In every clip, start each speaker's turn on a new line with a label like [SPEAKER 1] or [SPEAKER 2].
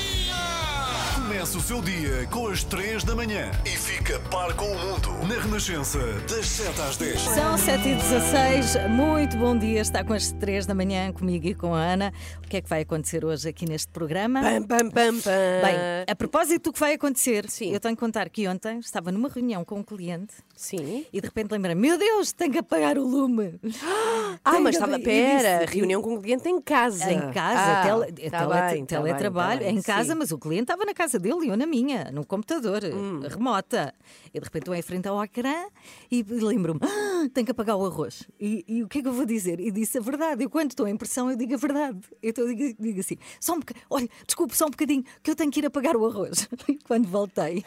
[SPEAKER 1] Comece o seu dia com as 3 da manhã e fica par com o mundo na Renascença, das 7 às 10.
[SPEAKER 2] São 7h16, muito bom dia, está com as 3 da manhã comigo e com a Ana. O que é que vai acontecer hoje aqui neste programa?
[SPEAKER 3] Pam, pam, pam, pam.
[SPEAKER 2] Bem, a propósito do que vai acontecer, eu tenho que contar que ontem estava numa reunião com um cliente
[SPEAKER 3] Sim.
[SPEAKER 2] e de repente lembrei meu Deus, tenho que apagar o lume.
[SPEAKER 3] Ah,
[SPEAKER 2] Tenho
[SPEAKER 3] mas
[SPEAKER 2] que
[SPEAKER 3] estava.
[SPEAKER 2] apagar- e disse,
[SPEAKER 3] Pera, reunião com o cliente em casa.
[SPEAKER 2] Em casa,
[SPEAKER 3] Ah,
[SPEAKER 2] tele-
[SPEAKER 3] tá
[SPEAKER 2] tele-
[SPEAKER 3] bem, tá
[SPEAKER 2] teletrabalho,
[SPEAKER 3] bem, tá
[SPEAKER 2] em
[SPEAKER 3] bem,
[SPEAKER 2] casa,
[SPEAKER 3] sim.
[SPEAKER 2] mas o cliente estava na casa dele e eu na minha, no computador, eh,
[SPEAKER 3] Hum.
[SPEAKER 2] remota. E de repente eu em frente ao ecrã e lembro-me: "Ah, tenho que apagar o arroz. E, e o que é que eu vou dizer? E disse a verdade. Eu, quando estou em pressão, eu digo a verdade. Então eu digo, digo assim: só um bocadinho, olha, desculpe, só um bocadinho, que eu tenho que ir apagar o arroz. E quando voltei,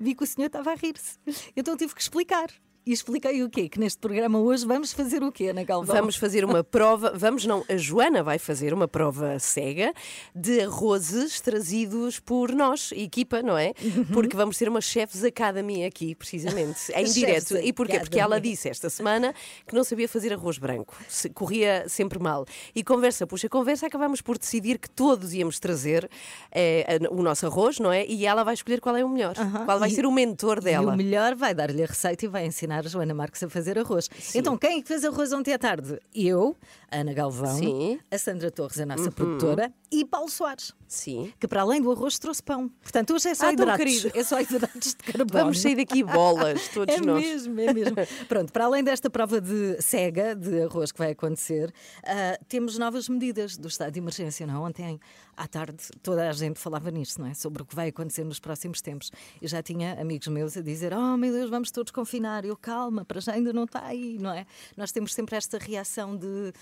[SPEAKER 2] vi que o senhor estava a rir-se. Então tive que explicar. E expliquei o quê? Que neste programa hoje vamos fazer o quê, Ana Galvão?
[SPEAKER 3] Vamos fazer uma prova, vamos não, a Joana vai fazer uma prova cega de arrozes trazidos por nós, equipa, não é? Porque vamos ter uma Chefs Academy aqui, precisamente, em
[SPEAKER 2] Chefs
[SPEAKER 3] direto. E porquê? Porque
[SPEAKER 2] Academy.
[SPEAKER 3] ela disse esta semana que não sabia fazer arroz branco, se- corria sempre mal. E conversa, puxa, conversa, acabámos por decidir que todos íamos trazer eh, a- o nosso arroz, não é? E ela vai escolher qual é o melhor,
[SPEAKER 2] Aham.
[SPEAKER 3] qual vai
[SPEAKER 2] E-
[SPEAKER 3] ser o mentor
[SPEAKER 2] E
[SPEAKER 3] dela.
[SPEAKER 2] o melhor vai dar-lhe a receita e vai ensinar a Joana Marques a fazer arroz. Então, quem é que fez arroz ontem à tarde? Eu, a Ana Galvão,
[SPEAKER 3] Sim. Uhum.
[SPEAKER 2] a Sandra Torres, a nossa produtora, e Paulo Soares,
[SPEAKER 3] Sim.
[SPEAKER 2] que para além do arroz trouxe pão. Portanto, hoje é só
[SPEAKER 3] Ah, tão
[SPEAKER 2] hidratos.
[SPEAKER 3] querido.
[SPEAKER 2] É só hidratos de carbono.
[SPEAKER 3] Vamos sair daqui bolas, todos
[SPEAKER 2] É
[SPEAKER 3] nós.
[SPEAKER 2] mesmo, é mesmo. Pronto, para além desta prova de cega de arroz que vai acontecer, ah, temos novas medidas do estado de emergência. Não? é? Ontem à tarde toda a gente falava nisto, não é? Sobre o que vai acontecer nos próximos tempos. Eu já tinha amigos meus a dizer: Oh meu Deus, vamos todos confinar. Eu, calma, para já ainda não está aí, não é? Nós temos sempre esta reação de.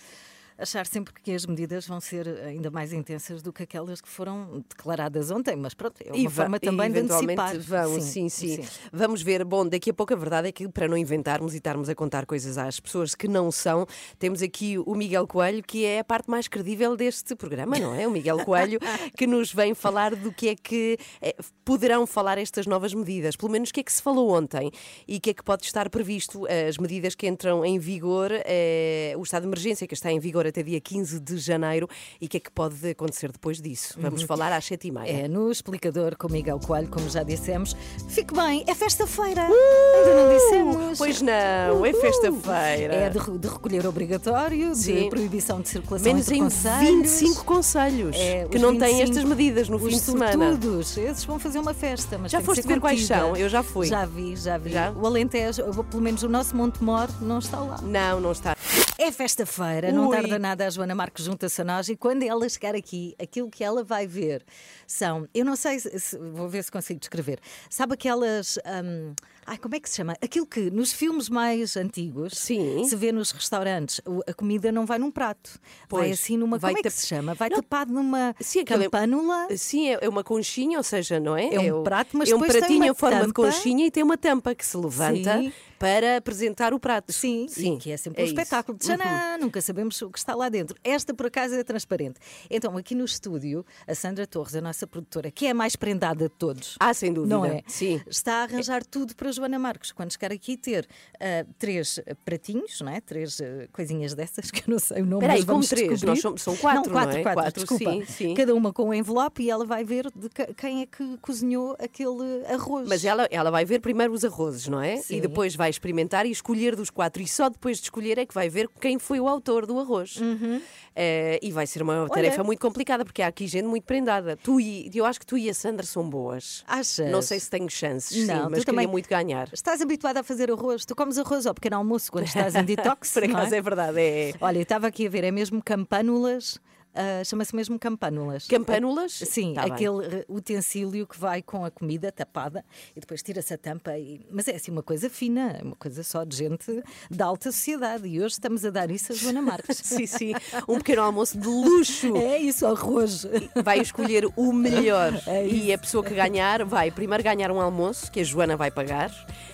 [SPEAKER 2] Achar sempre que as medidas vão ser ainda mais intensas do que aquelas que foram declaradas ontem, mas pronto, é uma
[SPEAKER 3] E va-
[SPEAKER 2] forma
[SPEAKER 3] e
[SPEAKER 2] também de
[SPEAKER 3] eventualmente
[SPEAKER 2] antecipar.
[SPEAKER 3] Vão, sim sim, Vamos ver. Bom, daqui a pouco a verdade é que para não inventarmos e estarmos a contar coisas às pessoas que não são, temos aqui o Miguel Coelho, que é a parte mais credível deste programa, não é? O Miguel Coelho que nos vem falar do que é que eh, poderão falar estas novas medidas, pelo menos o que é que se falou ontem e o que é que pode estar previsto Eh, as medidas que entram em vigor, eh, o estado de emergência que está em vigor até dia 15 de janeiro e o que é que pode acontecer depois disso. Vamos
[SPEAKER 2] Uhum.
[SPEAKER 3] falar às sete e meia.
[SPEAKER 2] É no explicador com Miguel Coelho, como já dissemos. Fique bem, é festa-feira! Ainda não dissemos.
[SPEAKER 3] Uh! Pois não, é
[SPEAKER 2] Uhul.
[SPEAKER 3] festa-feira.
[SPEAKER 2] É de, re- de recolher obrigatório, de
[SPEAKER 3] Sim.
[SPEAKER 2] proibição de circulação
[SPEAKER 3] Menos
[SPEAKER 2] entre
[SPEAKER 3] em
[SPEAKER 2] concelhos.
[SPEAKER 3] 25 conselhos
[SPEAKER 2] É,
[SPEAKER 3] que
[SPEAKER 2] os
[SPEAKER 3] não têm
[SPEAKER 2] 25,
[SPEAKER 3] estas medidas no
[SPEAKER 2] os
[SPEAKER 3] fim de semana.
[SPEAKER 2] sortudos, esses vão fazer uma festa. Mas
[SPEAKER 3] Já
[SPEAKER 2] tem que
[SPEAKER 3] foste
[SPEAKER 2] ser
[SPEAKER 3] ver quais
[SPEAKER 2] contida.
[SPEAKER 3] são? Eu já fui.
[SPEAKER 2] Já vi, já vi.
[SPEAKER 3] Já?
[SPEAKER 2] O Alentejo, ou pelo menos o nosso Montemor, não está lá.
[SPEAKER 3] Não, não está.
[SPEAKER 2] É festa-feira, não
[SPEAKER 3] Ui.
[SPEAKER 2] tarda nada a Joana Marques junta-se a nós e quando ela chegar aqui, aquilo que ela vai ver são, eu não sei se, se- vou ver se consigo descrever, sabe aquelas, hum, ai como é que se chama? Aquilo que nos filmes mais antigos
[SPEAKER 3] Sim.
[SPEAKER 2] se vê nos restaurantes, o- a comida não vai num prato, vai
[SPEAKER 3] Pois,
[SPEAKER 2] assim numa,
[SPEAKER 3] vai
[SPEAKER 2] como é que
[SPEAKER 3] tap-
[SPEAKER 2] se chama? Vai
[SPEAKER 3] Não.
[SPEAKER 2] tapado numa
[SPEAKER 3] Sim, é aquela-
[SPEAKER 2] campanula.
[SPEAKER 3] Sim, é é uma conchinha, ou seja, não é?
[SPEAKER 2] É um
[SPEAKER 3] o-
[SPEAKER 2] prato, mas
[SPEAKER 3] é um
[SPEAKER 2] depois tem
[SPEAKER 3] pratinho
[SPEAKER 2] uma
[SPEAKER 3] em forma de
[SPEAKER 2] tampa.
[SPEAKER 3] conchinha e tem uma tampa que se levanta
[SPEAKER 2] Sim.
[SPEAKER 3] para apresentar o prato.
[SPEAKER 2] Sim, e que é sempre um
[SPEAKER 3] isso. Uhum.
[SPEAKER 2] espetáculo de Xanã, nunca sabemos o que está lá dentro. Esta, por acaso, é transparente. Então, aqui no estúdio, a Sandra Torres, a nossa produtora, que é a mais prendada de todos.
[SPEAKER 3] Ah, sem dúvida.
[SPEAKER 2] Não é?
[SPEAKER 3] Sim.
[SPEAKER 2] Está a arranjar tudo para Joana Marcos. Quando chegar aqui, ter ah, três pratinhos, não é? três ah, coisinhas dessas, que eu não sei o nome.
[SPEAKER 3] Peraí,
[SPEAKER 2] mas
[SPEAKER 3] como
[SPEAKER 2] vamos
[SPEAKER 3] três?
[SPEAKER 2] descobrir.
[SPEAKER 3] Nós somos- são quatro,
[SPEAKER 2] Não, quatro,
[SPEAKER 3] não é?
[SPEAKER 2] quatro,
[SPEAKER 3] Quatro,
[SPEAKER 2] desculpa.
[SPEAKER 3] sim, sim.
[SPEAKER 2] Cada uma com um envelope e ela vai ver de que- quem é que cozinhou aquele arroz.
[SPEAKER 3] Mas é ela, ela vai ver primeiro os arrozes, não é?
[SPEAKER 2] Sim.
[SPEAKER 3] E depois vai experimentar e escolher dos quatro. E só depois de escolher é que vai ver quem foi o autor do arroz.
[SPEAKER 2] Uhum.
[SPEAKER 3] Eh, e vai ser uma tarefa muito complicada, porque há aqui gente muito prendada. Tu e, eu acho que tu e a Sandra são boas.
[SPEAKER 2] Achas?
[SPEAKER 3] Não sei se tenho chances,
[SPEAKER 2] Não,
[SPEAKER 3] sim,
[SPEAKER 2] tu
[SPEAKER 3] mas queria
[SPEAKER 2] também-
[SPEAKER 3] muito ganhar.
[SPEAKER 2] Estás habituada a fazer arroz? Tu comes arroz ao pequeno almoço quando estás em detox?
[SPEAKER 3] Por
[SPEAKER 2] não
[SPEAKER 3] acaso
[SPEAKER 2] é?
[SPEAKER 3] é verdade, é.
[SPEAKER 2] Olha, eu estava aqui a ver, é mesmo campânulas, ah, chama-se mesmo campânulas. Ah,
[SPEAKER 3] Campânulas?
[SPEAKER 2] Sim,
[SPEAKER 3] Tá bem.
[SPEAKER 2] aquele eh, utensílio que vai com a comida tapada e depois tira-se a tampa. e- Mas é assim uma coisa fina, uma coisa só de gente da alta sociedade. E hoje estamos a dar isso a Joana Marques.
[SPEAKER 3] Sim, sim. Um pequeno almoço de luxo.
[SPEAKER 2] é isso, arroz.
[SPEAKER 3] vai escolher o melhor.
[SPEAKER 2] É
[SPEAKER 3] e a pessoa que ganhar vai primeiro ganhar um almoço, que a Joana vai pagar,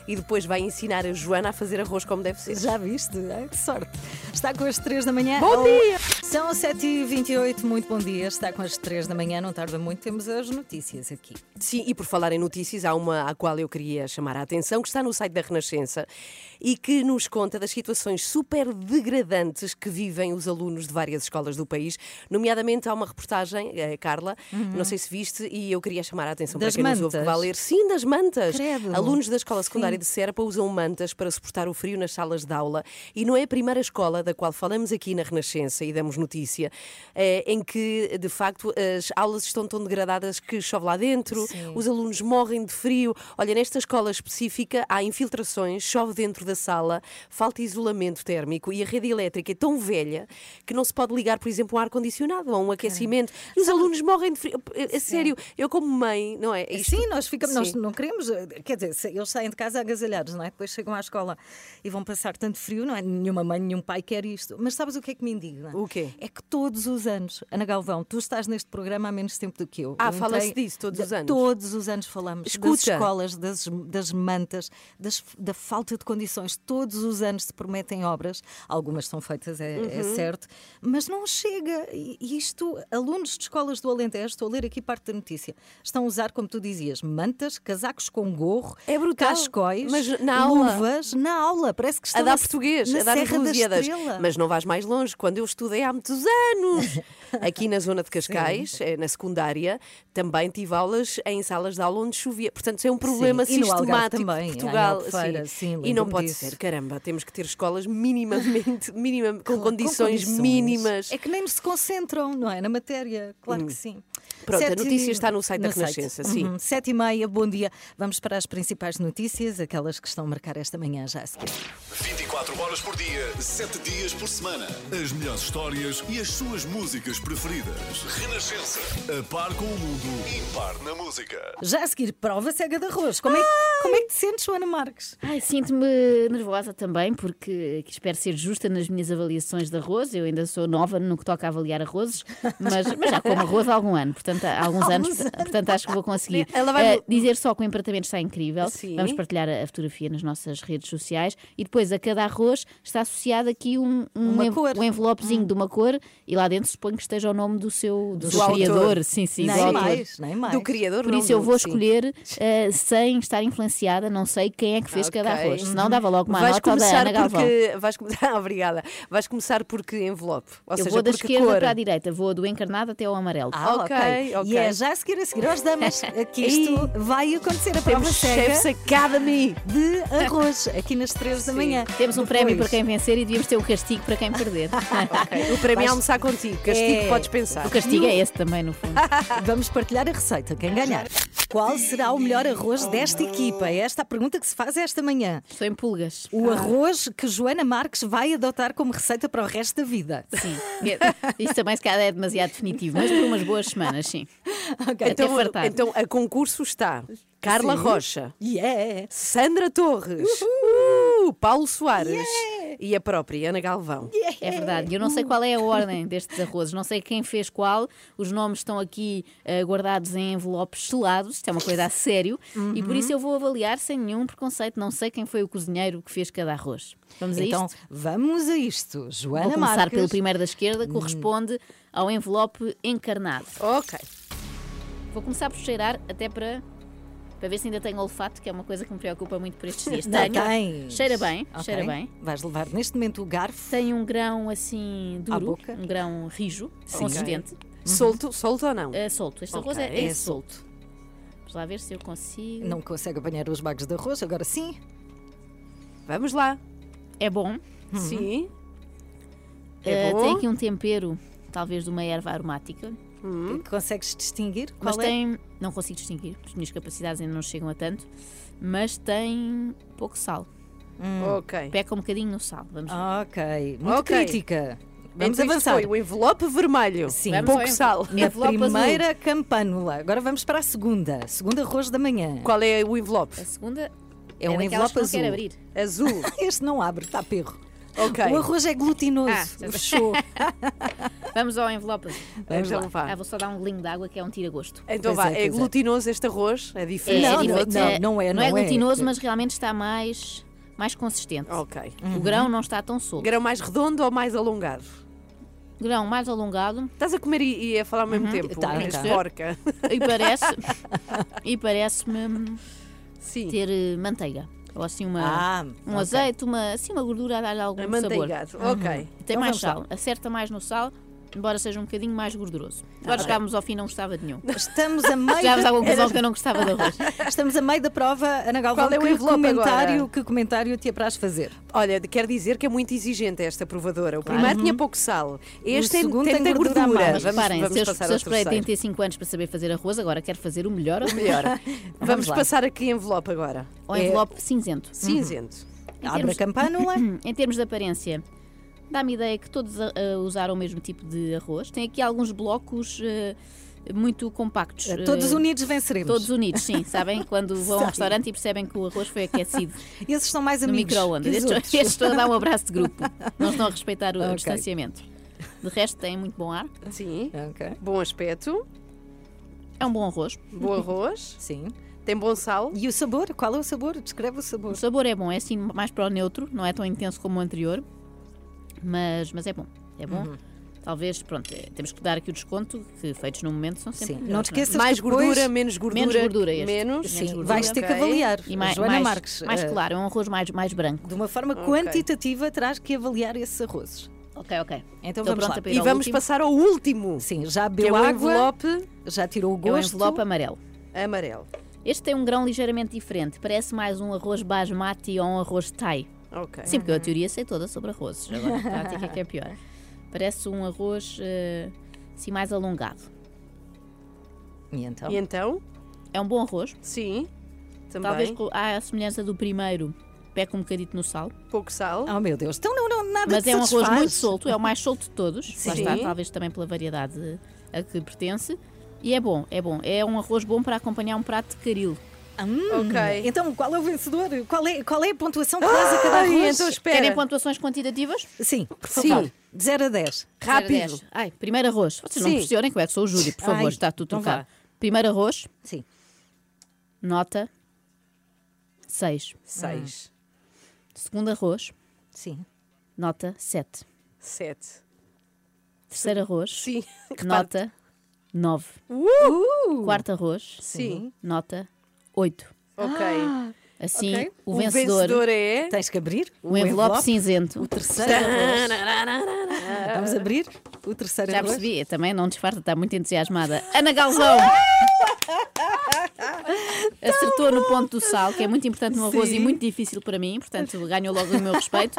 [SPEAKER 3] e depois vai ensinar a Joana a fazer arroz como deve ser.
[SPEAKER 2] É, Já viste? Ai, que sorte. Está com as três da manhã.
[SPEAKER 3] Bom
[SPEAKER 2] dia! São 7h21. 28, muito bom dia. Está com as 3 da manhã, não tarda muito, temos as notícias aqui.
[SPEAKER 3] Sim, e por falar em notícias, há uma à qual eu queria chamar a atenção, que está no site da Renascença e que nos conta das situações super degradantes que vivem os alunos de várias escolas do país. Nomeadamente, há uma reportagem, eh, Carla, não sei se viste, e eu queria chamar a atenção
[SPEAKER 2] Uhum. Das
[SPEAKER 3] para quem nos ouve que
[SPEAKER 2] mantas?
[SPEAKER 3] vai ler. Sim, das mantas.
[SPEAKER 2] Credo.
[SPEAKER 3] Alunos da escola secundária de Serpa usam mantas para suportar o frio nas salas de aula e não é a primeira escola da qual falamos aqui na Renascença e damos notícia eh, em que, de facto, as aulas estão tão degradadas que chove lá dentro,
[SPEAKER 2] Sim.
[SPEAKER 3] os alunos morrem de frio. Olha, nesta escola específica há infiltrações, chove dentro da sala, falta isolamento térmico e a rede elétrica é tão velha que não se pode ligar, por exemplo, um ar-condicionado ou um aquecimento. E os alunos morrem de frio. Eh, A- A sério, eu como mãe, não é? Isto-
[SPEAKER 2] Sim, nós ficamos, nós
[SPEAKER 3] Sim.
[SPEAKER 2] não queremos, eh, quer dizer, se- eles saem de casa agasalhados, não é? Depois chegam à escola e vão passar tanto frio, não é? Nenhuma mãe, nenhum pai quer isto. Mas sabes o que é que me indigna?
[SPEAKER 3] O quê?
[SPEAKER 2] É que todos os anos, Ana Galvão, tu estás neste programa há menos tempo do que eu.
[SPEAKER 3] Ah,
[SPEAKER 2] Eu
[SPEAKER 3] fala-se
[SPEAKER 2] entrei-
[SPEAKER 3] disso todos os
[SPEAKER 2] de-
[SPEAKER 3] anos.
[SPEAKER 2] Todos os anos falamos das
[SPEAKER 3] Escuta.
[SPEAKER 2] escolas, das, das mantas, das- da falta de condições. Todos os anos se prometem obras, algumas são feitas, é, é
[SPEAKER 3] Uhum.
[SPEAKER 2] certo, mas não chega. E e isto, alunos de escolas do Alentejo, estou a ler aqui parte da notícia, estão a usar, como tu dizias, mantas, casacos com gorro,
[SPEAKER 3] É brutal.
[SPEAKER 2] cascóis,
[SPEAKER 3] Mas na aula?
[SPEAKER 2] luvas, na aula. Parece que estão
[SPEAKER 3] a dar
[SPEAKER 2] na-
[SPEAKER 3] português,
[SPEAKER 2] na
[SPEAKER 3] a dar
[SPEAKER 2] Serra da
[SPEAKER 3] Lusíadas.
[SPEAKER 2] Estrela.
[SPEAKER 3] Mas não vais mais longe. Quando eu estudei há muitos anos, aqui na zona de Cascais, eh, na secundária, também tive aulas em salas de aula onde chovia. Portanto, isso é um problema
[SPEAKER 2] e no Algarve
[SPEAKER 3] sistemático
[SPEAKER 2] também,
[SPEAKER 3] de
[SPEAKER 2] em
[SPEAKER 3] Portugal.
[SPEAKER 2] Albufeira, sim,
[SPEAKER 3] e não
[SPEAKER 2] lembro-me
[SPEAKER 3] pode
[SPEAKER 2] disso.
[SPEAKER 3] ser. Caramba, temos que ter escolas minimamente, minima, com,
[SPEAKER 2] Com
[SPEAKER 3] condições mínimas. Hum.
[SPEAKER 2] É que nem se concentram, não é? Na matéria, claro que sim.
[SPEAKER 3] Pronto, a notícia está no site da Renascença, sim.
[SPEAKER 2] Uhum, Sete e meia, bom dia. Vamos para as principais notícias, aquelas que estão a marcar esta manhã já a seguir.
[SPEAKER 1] 24 horas por dia, 7 dias por semana. As melhores histórias e as suas músicas preferidas. Renascença. A par com o mundo. Impar na música.
[SPEAKER 2] Já a seguir, prova cega de arroz. Como é, como é que te sentes, Joana Marques?
[SPEAKER 4] Ai, sinto-me nervosa também, porque espero ser justa nas minhas avaliações de arroz. Eu ainda sou nova no que toca a avaliar arrozes, mas, mas já como arroz há algum ano, portanto, há alguns
[SPEAKER 2] Há
[SPEAKER 4] anos,
[SPEAKER 2] alguns
[SPEAKER 4] porta- portanto, acho que vou conseguir.
[SPEAKER 3] Ela vai-
[SPEAKER 4] Eh, dizer só que o empratamento está incrível.
[SPEAKER 3] Sim.
[SPEAKER 4] Vamos partilhar a a fotografia nas nossas redes sociais e depois a cada arroz está associado aqui um, um,
[SPEAKER 2] Uma
[SPEAKER 4] en-
[SPEAKER 2] cor.
[SPEAKER 4] um envelopezinho de uma cor e lá dentro suponho que esteja o nome do seu do, seu
[SPEAKER 3] autor.
[SPEAKER 4] criador. Sim, sim, do
[SPEAKER 2] nem
[SPEAKER 4] autor.
[SPEAKER 2] mais, nem é mais.
[SPEAKER 3] Do criador,
[SPEAKER 4] Por
[SPEAKER 3] não
[SPEAKER 4] isso eu
[SPEAKER 3] do-
[SPEAKER 4] vou
[SPEAKER 3] sim.
[SPEAKER 4] escolher eh, sem estar influenciada, não sei quem é que fez
[SPEAKER 3] Ok.
[SPEAKER 4] cada arroz. Senão dava logo uma
[SPEAKER 3] Vais
[SPEAKER 4] nota da
[SPEAKER 3] começar
[SPEAKER 4] Ana Galvão.
[SPEAKER 3] porque. Vais, come- Ah, obrigada. Vais começar porque envelope. Ou
[SPEAKER 4] Eu
[SPEAKER 3] seja,
[SPEAKER 4] vou da
[SPEAKER 3] porque
[SPEAKER 4] esquerda
[SPEAKER 3] cor.
[SPEAKER 4] para a direita, vou do encarnado até ao amarelo.
[SPEAKER 2] Ah, ok.
[SPEAKER 3] Ok, ok.
[SPEAKER 2] E é já a seguir, a seguir aos damas, que isto vai acontecer a prova
[SPEAKER 3] Temos
[SPEAKER 2] cega
[SPEAKER 3] Chefs Academy.
[SPEAKER 2] de arroz, aqui nas três da manhã.
[SPEAKER 4] Temos um prémio para
[SPEAKER 2] Depois-
[SPEAKER 4] quem vencer e devíamos ter um castigo para quem perder.
[SPEAKER 3] O prémio é almoçar contigo. Castigo,
[SPEAKER 2] É.
[SPEAKER 3] podes pensar.
[SPEAKER 4] o castigo é esse também, no fundo.
[SPEAKER 2] Vamos partilhar a receita, quem ganhar. Qual será o melhor arroz desta equipa? É esta a pergunta que se faz esta manhã.
[SPEAKER 4] Estou em pulgas.
[SPEAKER 2] O arroz que Joana Marques vai adotar como receita para o resto da vida.
[SPEAKER 4] Sim. Isso também se calhar é demasiado definitivo, mas por umas boas semanas, sim.
[SPEAKER 2] Ok.
[SPEAKER 4] Até fartar.
[SPEAKER 3] então, a concurso está Carla Rocha,
[SPEAKER 2] Yeah!
[SPEAKER 3] Sandra Torres, uh, Paulo Soares e a própria Ana Galvão.
[SPEAKER 4] É verdade. Eu não sei qual é a ordem destes arrozes, não sei quem fez qual. Os nomes estão aqui eh, guardados em envelopes selados, isto é uma coisa a sério, e por
[SPEAKER 2] Uhum.
[SPEAKER 4] isso eu vou avaliar sem nenhum preconceito. Não sei quem foi o cozinheiro que fez cada arroz. Vamos a
[SPEAKER 2] Então
[SPEAKER 4] isto?
[SPEAKER 2] vamos a isto, Joana
[SPEAKER 4] Vou começar
[SPEAKER 2] Marques. Hum.
[SPEAKER 4] pelo primeiro da esquerda, corresponde ao envelope encarnado.
[SPEAKER 3] Ok.
[SPEAKER 4] Vou começar por cheirar até para, para ver se ainda tenho olfato, que é uma coisa que me preocupa muito por estes dias.
[SPEAKER 2] Não
[SPEAKER 4] Tenho.
[SPEAKER 2] tens.
[SPEAKER 4] Cheira bem,
[SPEAKER 2] Ok.
[SPEAKER 4] cheira bem.
[SPEAKER 2] Vais levar neste momento o garfo.
[SPEAKER 4] Tem um grão assim duro,
[SPEAKER 2] boca?
[SPEAKER 4] um grão rijo, consistente.
[SPEAKER 3] Solto, solto ou não?
[SPEAKER 4] É solto. Este arroz é,
[SPEAKER 3] Ok.
[SPEAKER 4] é solto. Vamos lá ver se eu consigo.
[SPEAKER 2] Não consegue apanhar os bagos de arroz, agora sim.
[SPEAKER 3] Vamos lá.
[SPEAKER 4] É bom.
[SPEAKER 3] Sim. É
[SPEAKER 4] Eh,
[SPEAKER 3] bom.
[SPEAKER 4] tem aqui um tempero, talvez de uma erva aromática.
[SPEAKER 2] Consegues distinguir qual
[SPEAKER 4] Hum. mas
[SPEAKER 2] é?
[SPEAKER 4] tem. Não consigo distinguir, as minhas capacidades ainda não chegam a tanto. Mas tem pouco sal.
[SPEAKER 3] Ok.
[SPEAKER 4] Peca um bocadinho no sal. Vamos ver.
[SPEAKER 2] Ok, muito
[SPEAKER 3] Ok.
[SPEAKER 2] crítica. Vamos
[SPEAKER 3] Então, isto
[SPEAKER 2] avançar.
[SPEAKER 3] Foi o envelope vermelho.
[SPEAKER 2] Sim.
[SPEAKER 3] Vamos
[SPEAKER 4] ao
[SPEAKER 3] Pouco
[SPEAKER 4] envelope.
[SPEAKER 3] sal.
[SPEAKER 2] Na
[SPEAKER 4] Envelope azul.
[SPEAKER 2] primeira campânula. Agora vamos para a segunda. Segunda arroz da manhã.
[SPEAKER 3] Qual é o envelope?
[SPEAKER 4] A segunda
[SPEAKER 2] É um
[SPEAKER 4] daquelas que
[SPEAKER 2] envelope
[SPEAKER 4] não quero
[SPEAKER 2] azul.
[SPEAKER 4] abrir.
[SPEAKER 3] Azul.
[SPEAKER 2] Este não abre, está perro.
[SPEAKER 3] Ok.
[SPEAKER 2] O arroz é glutinoso.
[SPEAKER 4] Ah, já sei.
[SPEAKER 2] Fechou.
[SPEAKER 4] Vamos ao envelope azul.
[SPEAKER 2] Vamos
[SPEAKER 3] então
[SPEAKER 2] lá.
[SPEAKER 3] vá.
[SPEAKER 4] Ah, vou só dar um golinho de água que é um tira-gosto.
[SPEAKER 3] Então
[SPEAKER 2] Pois
[SPEAKER 3] vá.
[SPEAKER 2] é,
[SPEAKER 3] É,
[SPEAKER 2] pois é.
[SPEAKER 3] glutinoso este arroz. É diferente.
[SPEAKER 2] Não,
[SPEAKER 3] do
[SPEAKER 2] não,
[SPEAKER 3] outro?
[SPEAKER 2] não. é,
[SPEAKER 4] não é
[SPEAKER 2] não é.
[SPEAKER 4] glutinoso, mas realmente está mais, mais consistente.
[SPEAKER 3] Ok.
[SPEAKER 2] Uhum.
[SPEAKER 4] O grão não está tão solto.
[SPEAKER 3] Grão mais redondo ou mais alongado?
[SPEAKER 4] grão mais alongado
[SPEAKER 3] Estás a comer e, e a falar ao mesmo tempo. é
[SPEAKER 2] Tá,
[SPEAKER 3] És
[SPEAKER 2] tá.
[SPEAKER 3] porca.
[SPEAKER 4] e parece e parece-me hum,
[SPEAKER 3] Sim.
[SPEAKER 4] ter eh, manteiga. Ou assim uma,
[SPEAKER 2] Ah,
[SPEAKER 4] um
[SPEAKER 2] ok.
[SPEAKER 4] azeite, uma, assim uma gordura a dar-lhe algum sabor. Tá
[SPEAKER 3] Amanteigado. é Ok.
[SPEAKER 4] Tem
[SPEAKER 2] Então
[SPEAKER 4] mais
[SPEAKER 2] vamos lá.
[SPEAKER 4] sal, acerta mais no sal, embora seja um bocadinho mais gorduroso.
[SPEAKER 2] Ah,
[SPEAKER 4] Agora chegámos ao fim, não gostava de nenhum.
[SPEAKER 2] Estamos a meio.
[SPEAKER 4] Chegámos à
[SPEAKER 2] da-
[SPEAKER 4] conclusão que eu não gostava de arroz.
[SPEAKER 2] Estamos a meio da prova, Ana Galvão.
[SPEAKER 3] Qual é o
[SPEAKER 2] que
[SPEAKER 3] envelope
[SPEAKER 2] comentário,
[SPEAKER 3] agora?
[SPEAKER 2] que comentário te apraz fazer?
[SPEAKER 3] Olha, quer dizer que é muito exigente esta provadora. O primeiro tinha pouco sal. Este tem,
[SPEAKER 2] segundo
[SPEAKER 3] tem
[SPEAKER 2] tem
[SPEAKER 3] muita
[SPEAKER 2] gordura
[SPEAKER 3] gordura.
[SPEAKER 2] a mais.
[SPEAKER 3] Vamos,
[SPEAKER 4] Reparem,
[SPEAKER 3] vamos
[SPEAKER 4] se eu-
[SPEAKER 3] passar
[SPEAKER 4] se eu
[SPEAKER 3] ao
[SPEAKER 4] esperei
[SPEAKER 3] terceiro.
[SPEAKER 4] 85 anos para saber fazer arroz, agora quero fazer o melhor
[SPEAKER 2] É.
[SPEAKER 4] ou o
[SPEAKER 3] Melhor. vamos
[SPEAKER 2] lá.
[SPEAKER 3] passar a que envelope agora?
[SPEAKER 4] Ou
[SPEAKER 3] É
[SPEAKER 4] envelope cinzento.
[SPEAKER 3] Cinzento.
[SPEAKER 4] Em
[SPEAKER 2] Abre a
[SPEAKER 4] termos,
[SPEAKER 2] campanula.
[SPEAKER 4] em termos de aparência, dá-me ideia que todos ah, ah, usaram o mesmo tipo de arroz. Tem aqui alguns blocos ah, muito compactos.
[SPEAKER 2] Todos
[SPEAKER 4] ah,
[SPEAKER 2] unidos venceremos.
[SPEAKER 4] Todos unidos, sim, sabem? Quando vão ao restaurante e percebem que o arroz foi aquecido
[SPEAKER 2] Esses são mais
[SPEAKER 4] no
[SPEAKER 2] amigos.
[SPEAKER 4] micro-ondas.
[SPEAKER 2] que os
[SPEAKER 4] Estes
[SPEAKER 2] outros.
[SPEAKER 4] estes estão a dar um abraço de grupo. Não estão a respeitar o
[SPEAKER 2] Ok.
[SPEAKER 4] distanciamento. De resto, tem muito bom ar.
[SPEAKER 3] Sim.
[SPEAKER 2] Ok.
[SPEAKER 3] Bom aspecto.
[SPEAKER 4] É um bom arroz.
[SPEAKER 3] Bom arroz.
[SPEAKER 2] Sim.
[SPEAKER 3] Tem bom sal.
[SPEAKER 2] E o sabor? Qual é o sabor? Descreve o
[SPEAKER 4] O
[SPEAKER 2] sabor.
[SPEAKER 4] sabor é bom, é assim mais para o neutro, não é tão intenso como o anterior, mas, mas é bom. É bom.
[SPEAKER 2] Uhum.
[SPEAKER 4] Talvez, pronto, eh, temos que dar aqui o desconto, que feitos no momento são sempre
[SPEAKER 2] Sim.
[SPEAKER 4] melhores,
[SPEAKER 2] Não te
[SPEAKER 4] é?
[SPEAKER 2] esqueças
[SPEAKER 3] Mais
[SPEAKER 2] que depois
[SPEAKER 3] gordura, menos gordura.
[SPEAKER 4] Menos gordura este.
[SPEAKER 3] Menos.
[SPEAKER 4] Sim. Menos
[SPEAKER 2] Vais ter que
[SPEAKER 3] Ok.
[SPEAKER 2] avaliar.
[SPEAKER 4] é? E mais,
[SPEAKER 2] Joana
[SPEAKER 4] mais,
[SPEAKER 2] Marques.
[SPEAKER 4] mais
[SPEAKER 2] eh,
[SPEAKER 4] claro, é um arroz mais, mais branco.
[SPEAKER 2] De uma forma quantitativa, terás que avaliar esses arrozes.
[SPEAKER 4] Ok, ok.
[SPEAKER 2] Então
[SPEAKER 4] Estou
[SPEAKER 2] vamos
[SPEAKER 4] pronta
[SPEAKER 2] lá.
[SPEAKER 4] para ir
[SPEAKER 3] E
[SPEAKER 4] ao
[SPEAKER 3] vamos
[SPEAKER 4] último.
[SPEAKER 3] passar ao último.
[SPEAKER 2] Sim, já
[SPEAKER 3] Que é
[SPEAKER 2] bebeu
[SPEAKER 3] o
[SPEAKER 2] água,
[SPEAKER 3] envelope
[SPEAKER 2] já tirou o
[SPEAKER 4] É o
[SPEAKER 2] gosto.
[SPEAKER 4] envelope amarelo.
[SPEAKER 3] amarelo.
[SPEAKER 4] Este tem um grão ligeiramente diferente, parece mais um arroz basmati ou um arroz thai.
[SPEAKER 3] Ok.
[SPEAKER 4] Sim, porque eu a teoria sei toda sobre arrozes, agora a prática é que é pior. Parece um arroz eh, assim mais alongado.
[SPEAKER 2] E então?
[SPEAKER 3] E então?
[SPEAKER 4] É um bom arroz,
[SPEAKER 3] Sim. Também.
[SPEAKER 4] Talvez co- há a semelhança do primeiro, peca um bocadito no sal,
[SPEAKER 3] pouco sal.
[SPEAKER 4] Ah,
[SPEAKER 2] Oh meu Deus, então não, não nada
[SPEAKER 4] mas
[SPEAKER 2] te
[SPEAKER 4] é um arroz
[SPEAKER 2] satisfaz.
[SPEAKER 4] muito solto, é o mais solto de todos, Lá
[SPEAKER 3] Sim.
[SPEAKER 4] está, talvez também pela variedade a que pertence. E é bom, é bom. É um arroz bom para acompanhar um prato de caril.
[SPEAKER 2] Hum,
[SPEAKER 3] Ok.
[SPEAKER 2] Então, qual é o vencedor? Qual é, qual é a pontuação que
[SPEAKER 4] Ah!
[SPEAKER 2] faz a cada
[SPEAKER 3] Ai,
[SPEAKER 2] arroz?
[SPEAKER 3] então espera.
[SPEAKER 4] Querem pontuações quantitativas?
[SPEAKER 2] Sim, por
[SPEAKER 3] Sim.
[SPEAKER 2] favor. De 0 a 10.
[SPEAKER 4] Zero a
[SPEAKER 3] Rápido.
[SPEAKER 4] dez. Ai, primeiro arroz. Vocês não
[SPEAKER 3] Sim.
[SPEAKER 4] me pressionem, que eu é que sou o júri, por favor,
[SPEAKER 2] Ai,
[SPEAKER 4] está tudo
[SPEAKER 2] então
[SPEAKER 4] trocado.
[SPEAKER 2] vá.
[SPEAKER 4] Primeiro arroz,
[SPEAKER 2] Sim.
[SPEAKER 4] nota 6. Hum.
[SPEAKER 3] Seis.
[SPEAKER 4] Segundo arroz,
[SPEAKER 2] Sim.
[SPEAKER 4] nota 7.
[SPEAKER 3] Sete.
[SPEAKER 4] Terceiro arroz,
[SPEAKER 3] Sim.
[SPEAKER 4] nota 9.
[SPEAKER 3] Uh!
[SPEAKER 4] Quarto arroz,
[SPEAKER 3] Sim.
[SPEAKER 4] nota 8.
[SPEAKER 3] Ok.
[SPEAKER 4] Assim,
[SPEAKER 2] Ok.
[SPEAKER 4] o, Ah, vencedor,
[SPEAKER 3] é.
[SPEAKER 2] Tens que abrir
[SPEAKER 4] o envelope cinzento.
[SPEAKER 2] O terceiro arroz. Vamos abrir o terceiro
[SPEAKER 4] Já
[SPEAKER 2] arroz.
[SPEAKER 4] percebi, também não disfarça, está muito entusiasmada. Ana Galvão! Acertou no ponto do sal, que é muito importante no arroz e muito difícil para mim, portanto ganhou logo o meu respeito.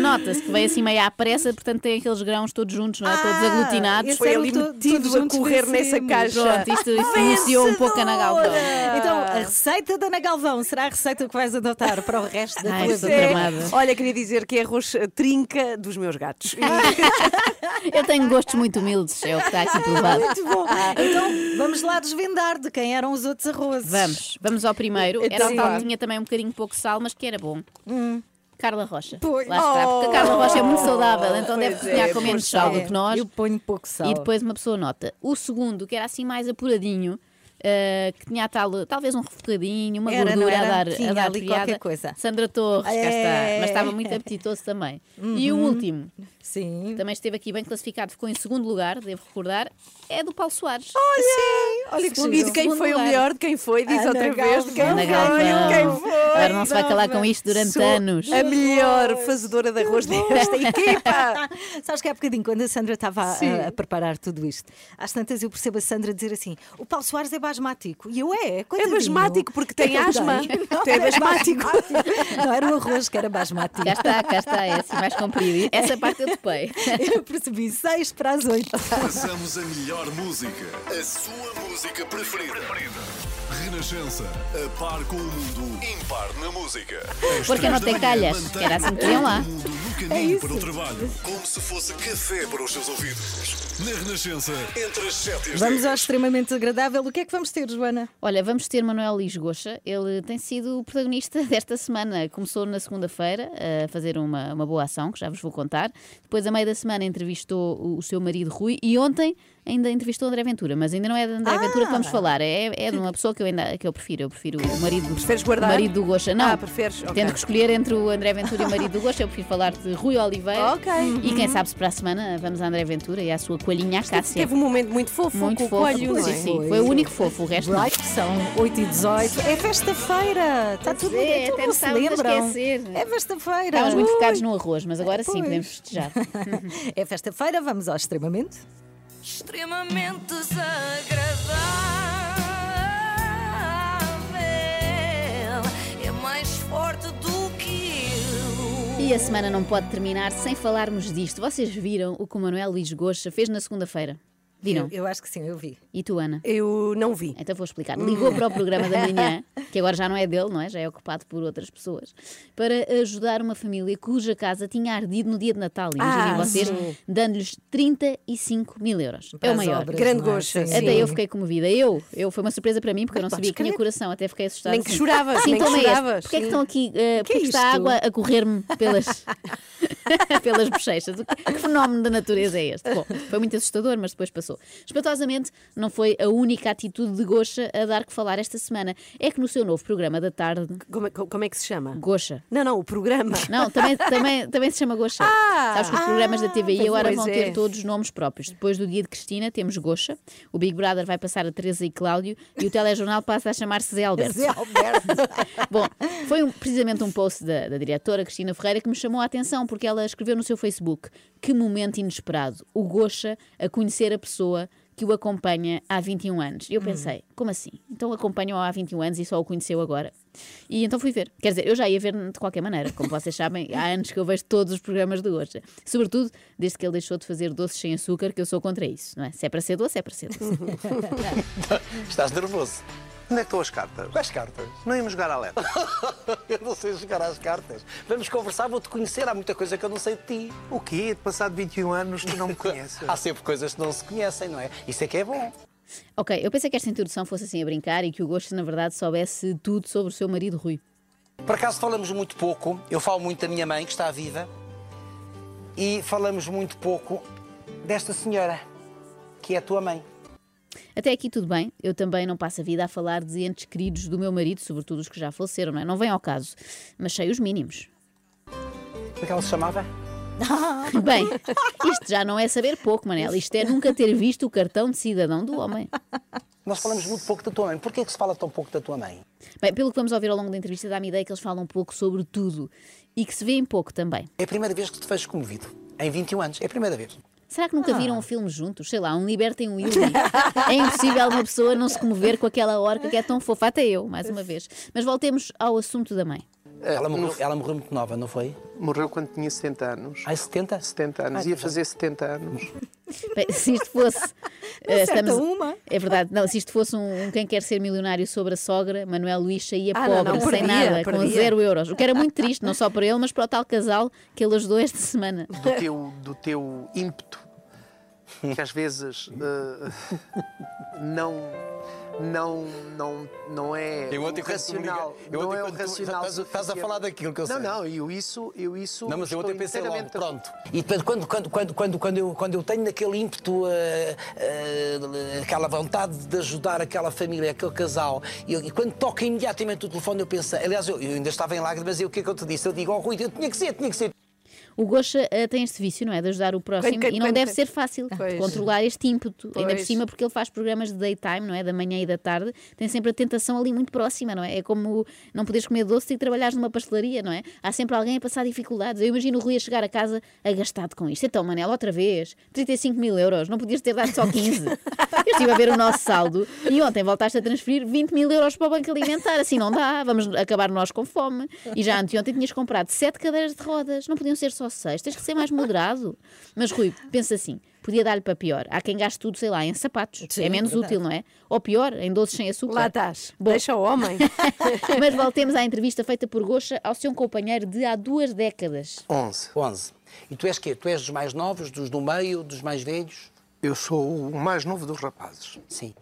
[SPEAKER 4] Nota-se que veio assim meio à pressa, portanto tem aqueles grãos todos juntos, não é? todos
[SPEAKER 2] Ah,
[SPEAKER 4] aglutinados.
[SPEAKER 2] esse
[SPEAKER 3] Foi
[SPEAKER 2] Disseram
[SPEAKER 3] ali
[SPEAKER 2] to- todos
[SPEAKER 3] metido a
[SPEAKER 2] juntos
[SPEAKER 3] correr nessa
[SPEAKER 2] vencemos.
[SPEAKER 3] caixa.
[SPEAKER 4] Pronto, isto iniciou um pouco a Ana Galvão.
[SPEAKER 2] Então, a receita da Ana Galvão será a receita que vais adotar para o resto da
[SPEAKER 4] Ai,
[SPEAKER 2] tua
[SPEAKER 4] sim.
[SPEAKER 2] vida.
[SPEAKER 3] É.
[SPEAKER 4] Tramada.
[SPEAKER 3] Olha, queria dizer que é arroz eh, trinca dos meus gatos.
[SPEAKER 4] Ah, Eu tenho gostos muito humildes, é o que está aqui provado.
[SPEAKER 2] Muito bom. Então, vamos lá desvendar de quem eram os outros arrozes.
[SPEAKER 4] Vamos, vamos ao primeiro. Era
[SPEAKER 3] Então
[SPEAKER 4] um
[SPEAKER 3] vá.
[SPEAKER 4] tal que tinha também um bocadinho pouco sal, mas que era bom. Carla Rocha.
[SPEAKER 2] Hum. Pois. Oh.
[SPEAKER 4] Lá está, porque a Carla Rocha é muito saudável, então deve
[SPEAKER 3] Pois é,
[SPEAKER 4] cozinhar com menos
[SPEAKER 3] pois
[SPEAKER 4] sal
[SPEAKER 2] É,
[SPEAKER 4] do que nós.
[SPEAKER 2] Eu ponho pouco sal.
[SPEAKER 4] E depois uma pessoa nota. O segundo, que era assim mais apuradinho, eh, que tinha a tal, talvez um refogadinho, uma
[SPEAKER 2] Era, não
[SPEAKER 4] gordura
[SPEAKER 2] era?
[SPEAKER 4] a dar,
[SPEAKER 2] Tinha
[SPEAKER 4] a dar
[SPEAKER 2] ali
[SPEAKER 4] piada.
[SPEAKER 2] qualquer coisa.
[SPEAKER 4] Sandra Torres, cá
[SPEAKER 2] É. Uhum.
[SPEAKER 4] está, mas estava muito apetitoso também. E o último,
[SPEAKER 2] Sim.
[SPEAKER 4] também esteve aqui bem classificado, ficou em segundo lugar, devo recordar, é do Paulo Soares.
[SPEAKER 2] Oh, Olha, olha que
[SPEAKER 4] Segundo-
[SPEAKER 3] E de
[SPEAKER 2] giro.
[SPEAKER 3] quem
[SPEAKER 4] Segundo
[SPEAKER 3] foi o
[SPEAKER 4] lugar.
[SPEAKER 3] melhor, de quem foi, diz
[SPEAKER 2] Ana
[SPEAKER 3] outra vez, de quem
[SPEAKER 2] Galvão.
[SPEAKER 4] Ana
[SPEAKER 3] foi,
[SPEAKER 4] Galvão.
[SPEAKER 3] quem foi.
[SPEAKER 4] Agora não se vai calar com isto durante
[SPEAKER 3] Sou
[SPEAKER 4] anos.
[SPEAKER 3] A melhor fazedora de arroz desta equipa.
[SPEAKER 2] Sabes que há bocadinho, quando a Sandra estava a, a preparar tudo isto, às tantas eu percebo a Sandra dizer assim: o Paulo Soares é basmático. E eu é,
[SPEAKER 3] É
[SPEAKER 2] coitadinho."
[SPEAKER 3] basmático porque tem
[SPEAKER 2] Eu dei.
[SPEAKER 3] asma. É basmático.
[SPEAKER 2] Não era o arroz que era basmático.
[SPEAKER 4] Cá está, cá está, é assim mais comprido. Essa parte eu topei.
[SPEAKER 2] Eu percebi seis para as oito.
[SPEAKER 1] Passamos a melhor música. A sua música preferida. Renascença. A par com o mundo. Impar na música. Às três
[SPEAKER 4] Porque não
[SPEAKER 1] da
[SPEAKER 4] tem
[SPEAKER 1] manhã,
[SPEAKER 4] calhas,
[SPEAKER 1] mantenha
[SPEAKER 4] que era assim que iam lá. É
[SPEAKER 1] O mundo no caminho para o trabalho. Como se fosse café para os seus ouvidos. Na Renascença. Entre as sete e as
[SPEAKER 2] Vamos
[SPEAKER 1] dez.
[SPEAKER 2] ao extremamente agradável. O que é que vamos ter, Joana?
[SPEAKER 4] Olha, vamos ter Manuel Lisgocha. Ele tem sido o protagonista desta semana. Começou na segunda-feira eh, a fazer uma, uma boa ação, que já vos vou contar. Depois, a meio da semana, entrevistou o, o seu marido Rui. E ontem ainda entrevistou o André Ventura, mas ainda não é de André
[SPEAKER 2] Ah!
[SPEAKER 4] Ventura que vamos falar. É, é de uma pessoa que eu ainda que eu prefiro. Eu prefiro o marido,
[SPEAKER 3] Preferes guardar?
[SPEAKER 4] o marido do Gocha. Não,
[SPEAKER 3] Ah, preferes? Ok.
[SPEAKER 4] tendo que escolher entre o André Ventura e o marido do Gocha, eu prefiro falar de Rui Oliveira.
[SPEAKER 3] Ok.
[SPEAKER 4] E quem sabe se para a semana vamos a André Ventura e à sua coelhinha à Cássia.
[SPEAKER 3] Teve um momento muito fofo
[SPEAKER 4] Muito
[SPEAKER 3] com
[SPEAKER 4] fofo.
[SPEAKER 3] o coelho, não é?
[SPEAKER 4] sim, sim. Foi o único fofo, o resto não.
[SPEAKER 2] Right? São 8 e 18 É festa-feira. Está tudo
[SPEAKER 4] é,
[SPEAKER 2] então
[SPEAKER 4] até
[SPEAKER 2] não
[SPEAKER 4] não
[SPEAKER 2] se
[SPEAKER 4] estávamos a
[SPEAKER 2] lembram.
[SPEAKER 4] esquecer.
[SPEAKER 2] É festa-feira.
[SPEAKER 4] Estávamos muito
[SPEAKER 2] Ui.
[SPEAKER 4] focados no arroz, mas agora sim
[SPEAKER 2] Pois.
[SPEAKER 4] podemos festejar.
[SPEAKER 2] É festa-feira, vamos ao extremamente.
[SPEAKER 5] Extremamente desagradável. É mais forte do que eu.
[SPEAKER 4] E a semana não pode terminar sem falarmos disto. Vocês viram o que o Manuel Luís Goxa fez na segunda-feira? Viram?
[SPEAKER 2] Eu, eu acho que sim, eu vi.
[SPEAKER 4] E tu, Ana?
[SPEAKER 3] Eu não vi.
[SPEAKER 4] Então vou explicar.
[SPEAKER 2] Hum.
[SPEAKER 4] Ligou para o programa da manhã, que agora já não é dele, não é? Já é ocupado por outras pessoas, para ajudar uma família cuja casa tinha ardido no dia de Natal. Imaginem
[SPEAKER 3] Ah,
[SPEAKER 4] vocês,
[SPEAKER 3] sim.
[SPEAKER 4] dando-lhes 35 mil euros.
[SPEAKER 2] Para
[SPEAKER 4] é o
[SPEAKER 2] as
[SPEAKER 4] maior.
[SPEAKER 2] obras,
[SPEAKER 3] Grande
[SPEAKER 2] não é?
[SPEAKER 3] gosto,
[SPEAKER 2] Sim.
[SPEAKER 3] sim.
[SPEAKER 4] Até eu fiquei comovida. Eu, eu foi uma surpresa para mim porque eu não
[SPEAKER 3] Ai, pá,
[SPEAKER 4] sabia que tinha
[SPEAKER 3] escreve-
[SPEAKER 4] coração, até fiquei assustada.
[SPEAKER 3] Nem que
[SPEAKER 4] assim.
[SPEAKER 3] choravas, nem
[SPEAKER 4] sintoma
[SPEAKER 3] que
[SPEAKER 4] é este?
[SPEAKER 3] choravas,
[SPEAKER 4] Porquê é que
[SPEAKER 3] sim.
[SPEAKER 4] estão aqui? eh,
[SPEAKER 3] Que
[SPEAKER 4] Porquê
[SPEAKER 3] é
[SPEAKER 4] que está a
[SPEAKER 3] isto?
[SPEAKER 4] água a correr-me pelas, pelas bochechas? O Que que fenómeno da natureza é este? Bom, foi muito assustador, mas depois passou. Espantosamente, não foi a única atitude de Goxa a dar que falar esta semana. É que no seu novo programa da tarde,
[SPEAKER 3] Como, é- como é que se chama?
[SPEAKER 4] Goxa.
[SPEAKER 3] Não, não, o programa.
[SPEAKER 4] Não, também, também, também se chama Goxa.
[SPEAKER 3] Ah,
[SPEAKER 4] Sabes que os
[SPEAKER 3] ah,
[SPEAKER 4] programas da TVI
[SPEAKER 3] pois
[SPEAKER 4] agora
[SPEAKER 3] é.
[SPEAKER 4] vão ter todos os nomes próprios. Depois do dia de Cristina, temos Goxa. O Big Brother vai passar a Teresa e Cláudio. E o telejornal passa a chamar-se Zé Alberto.
[SPEAKER 2] Zé Alberto.
[SPEAKER 4] Bom, foi um- precisamente um post da, da diretora Cristina Ferreira que me chamou a atenção, porque ela escreveu no seu Facebook: Que momento inesperado, o Goxa a conhecer a pessoa que o acompanha há 21 anos. E eu pensei: Como assim? Então acompanham há 21 anos e só o conheceu agora? E então fui ver. Quer dizer, eu já ia ver de qualquer maneira, como vocês sabem, há anos que eu vejo todos os programas do Goxa. Sobretudo desde que ele deixou de fazer doces sem açúcar, que eu sou contra isso, não é? Se é para ser doce, é para ser doce.
[SPEAKER 6] Estás nervoso.
[SPEAKER 7] Onde é que estão as cartas?
[SPEAKER 6] Quais cartas?
[SPEAKER 7] Não íamos jogar à letra.
[SPEAKER 6] Eu não sei jogar às cartas. Vamos conversar, vou-te conhecer. Há muita coisa que eu não sei de ti.
[SPEAKER 7] O quê? De passado 21 anos tu não me conheces.
[SPEAKER 6] Há sempre coisas que não se conhecem, não é? Isso é que é bom.
[SPEAKER 4] Ok, eu pensei que esta introdução fosse assim a brincar e que o Gosto, na verdade, soubesse tudo sobre o seu marido Rui.
[SPEAKER 6] Por acaso falamos muito pouco. Eu falo muito da minha mãe, que está viva. E falamos muito pouco desta senhora, que é a tua mãe.
[SPEAKER 4] Até aqui tudo bem, eu também não passo a vida a falar de entes queridos do meu marido, sobretudo os que já faleceram, não é? Não vem ao caso, mas sei os mínimos.
[SPEAKER 6] Como é que ela se chamava?
[SPEAKER 4] Bem, isto já não é saber pouco, Manel, isto é nunca ter visto o cartão de cidadão do homem.
[SPEAKER 6] Nós falamos muito pouco da tua mãe. Porquê é que se fala tão pouco da tua mãe?
[SPEAKER 4] Bem, pelo que vamos ouvir ao longo da entrevista, dá-me ideia que eles falam pouco sobre tudo e que se vêem pouco também.
[SPEAKER 6] É a primeira vez que te vejo comovido. Em 21 anos. É a primeira vez.
[SPEAKER 4] Será que
[SPEAKER 3] Ah.
[SPEAKER 4] nunca viram um filme juntos? Sei lá, um Libertem o Willy. é impossível uma pessoa não se comover com aquela orca que é tão fofa, até eu, mais uma vez. Mas voltemos ao assunto da mãe.
[SPEAKER 6] Ela morreu, ela morreu muito nova, não foi?
[SPEAKER 7] Morreu quando tinha 70 anos.
[SPEAKER 6] Ai, 70?
[SPEAKER 7] 70 anos.
[SPEAKER 6] Ai,
[SPEAKER 7] Ia
[SPEAKER 6] que
[SPEAKER 7] fazer 70 anos.
[SPEAKER 4] Bem, se isto fosse. eh,
[SPEAKER 2] acerta uma.
[SPEAKER 4] É verdade, não, se isto fosse um, um Quem Quer Ser Milionário sobre a sogra, Manuel Luís saía
[SPEAKER 3] Ah, não,
[SPEAKER 4] pobre,
[SPEAKER 3] não,
[SPEAKER 4] sem
[SPEAKER 3] perdia,
[SPEAKER 4] nada, com
[SPEAKER 3] perdia.
[SPEAKER 4] zero euros. O que era muito triste, não só para ele, mas para o tal casal que ele ajudou esta semana.
[SPEAKER 7] Do teu, do teu ímpeto. Que às vezes eh, não, não, não, não é
[SPEAKER 6] Eu ontem
[SPEAKER 7] o
[SPEAKER 6] quando tu me
[SPEAKER 7] racional.
[SPEAKER 6] liga- eu
[SPEAKER 7] Não
[SPEAKER 6] ontem
[SPEAKER 7] é o
[SPEAKER 6] quando tu- já
[SPEAKER 7] racional.
[SPEAKER 6] estás a- estás a
[SPEAKER 7] suficiente.
[SPEAKER 6] falar daquilo que eu sei.
[SPEAKER 7] Não, não, eu isso, eu isso.
[SPEAKER 6] Não, mas eu
[SPEAKER 7] estou
[SPEAKER 6] ontem pensei logo,
[SPEAKER 7] inteiramente de acordo.
[SPEAKER 6] pronto. E depois, quando, quando, quando, quando, quando, eu, quando eu tenho aquele ímpeto, eh, eh, aquela vontade de ajudar aquela família, aquele casal, e, eu- e quando toca imediatamente o telefone, eu penso, aliás, eu, eu ainda estava em lágrimas, e o que é que eu te disse? Eu digo, oh Rui, eu tinha que ser, tinha que ser.
[SPEAKER 4] O Gocha eh, tem este vício, não é? De ajudar o próximo
[SPEAKER 3] Quando-
[SPEAKER 4] e não
[SPEAKER 3] quando-
[SPEAKER 4] deve ser fácil de
[SPEAKER 3] Pois.
[SPEAKER 4] controlar este ímpeto. Ainda por
[SPEAKER 3] Pois.
[SPEAKER 4] cima, porque ele faz programas de daytime, não é? Da manhã e da tarde, tem sempre a tentação ali muito próxima, não é? É como não poderes comer doce e trabalhares numa pastelaria, não é? Há sempre alguém a passar dificuldades. Eu imagino o Rui a chegar a casa agastado com isto. Então, Manel, outra vez, 35 mil euros, não podias ter dado só 15. Eu estive a ver o nosso saldo e ontem voltaste a transferir 20 mil euros para o Banco Alimentar. Assim não dá, vamos acabar nós com fome. E já anteontem tinhas comprado sete cadeiras de rodas, não podiam ser só seis, tens que ser mais moderado. Mas Rui, pensa assim. Podia dar-lhe para pior. Há quem gaste tudo, sei lá, em sapatos.
[SPEAKER 2] Sim,
[SPEAKER 4] é menos
[SPEAKER 2] verdade. tá.
[SPEAKER 4] útil, não é? Ou pior, em doces sem açúcar.
[SPEAKER 3] Lá estás.
[SPEAKER 4] Bom.
[SPEAKER 3] Deixa o homem.
[SPEAKER 4] Mas voltemos à entrevista feita por Gocha ao seu companheiro de há duas décadas.
[SPEAKER 7] 11.
[SPEAKER 6] 11. E tu és quê? Tu és dos mais novos, dos do meio, dos mais velhos?
[SPEAKER 7] Eu sou o mais novo dos rapazes.
[SPEAKER 6] Sim.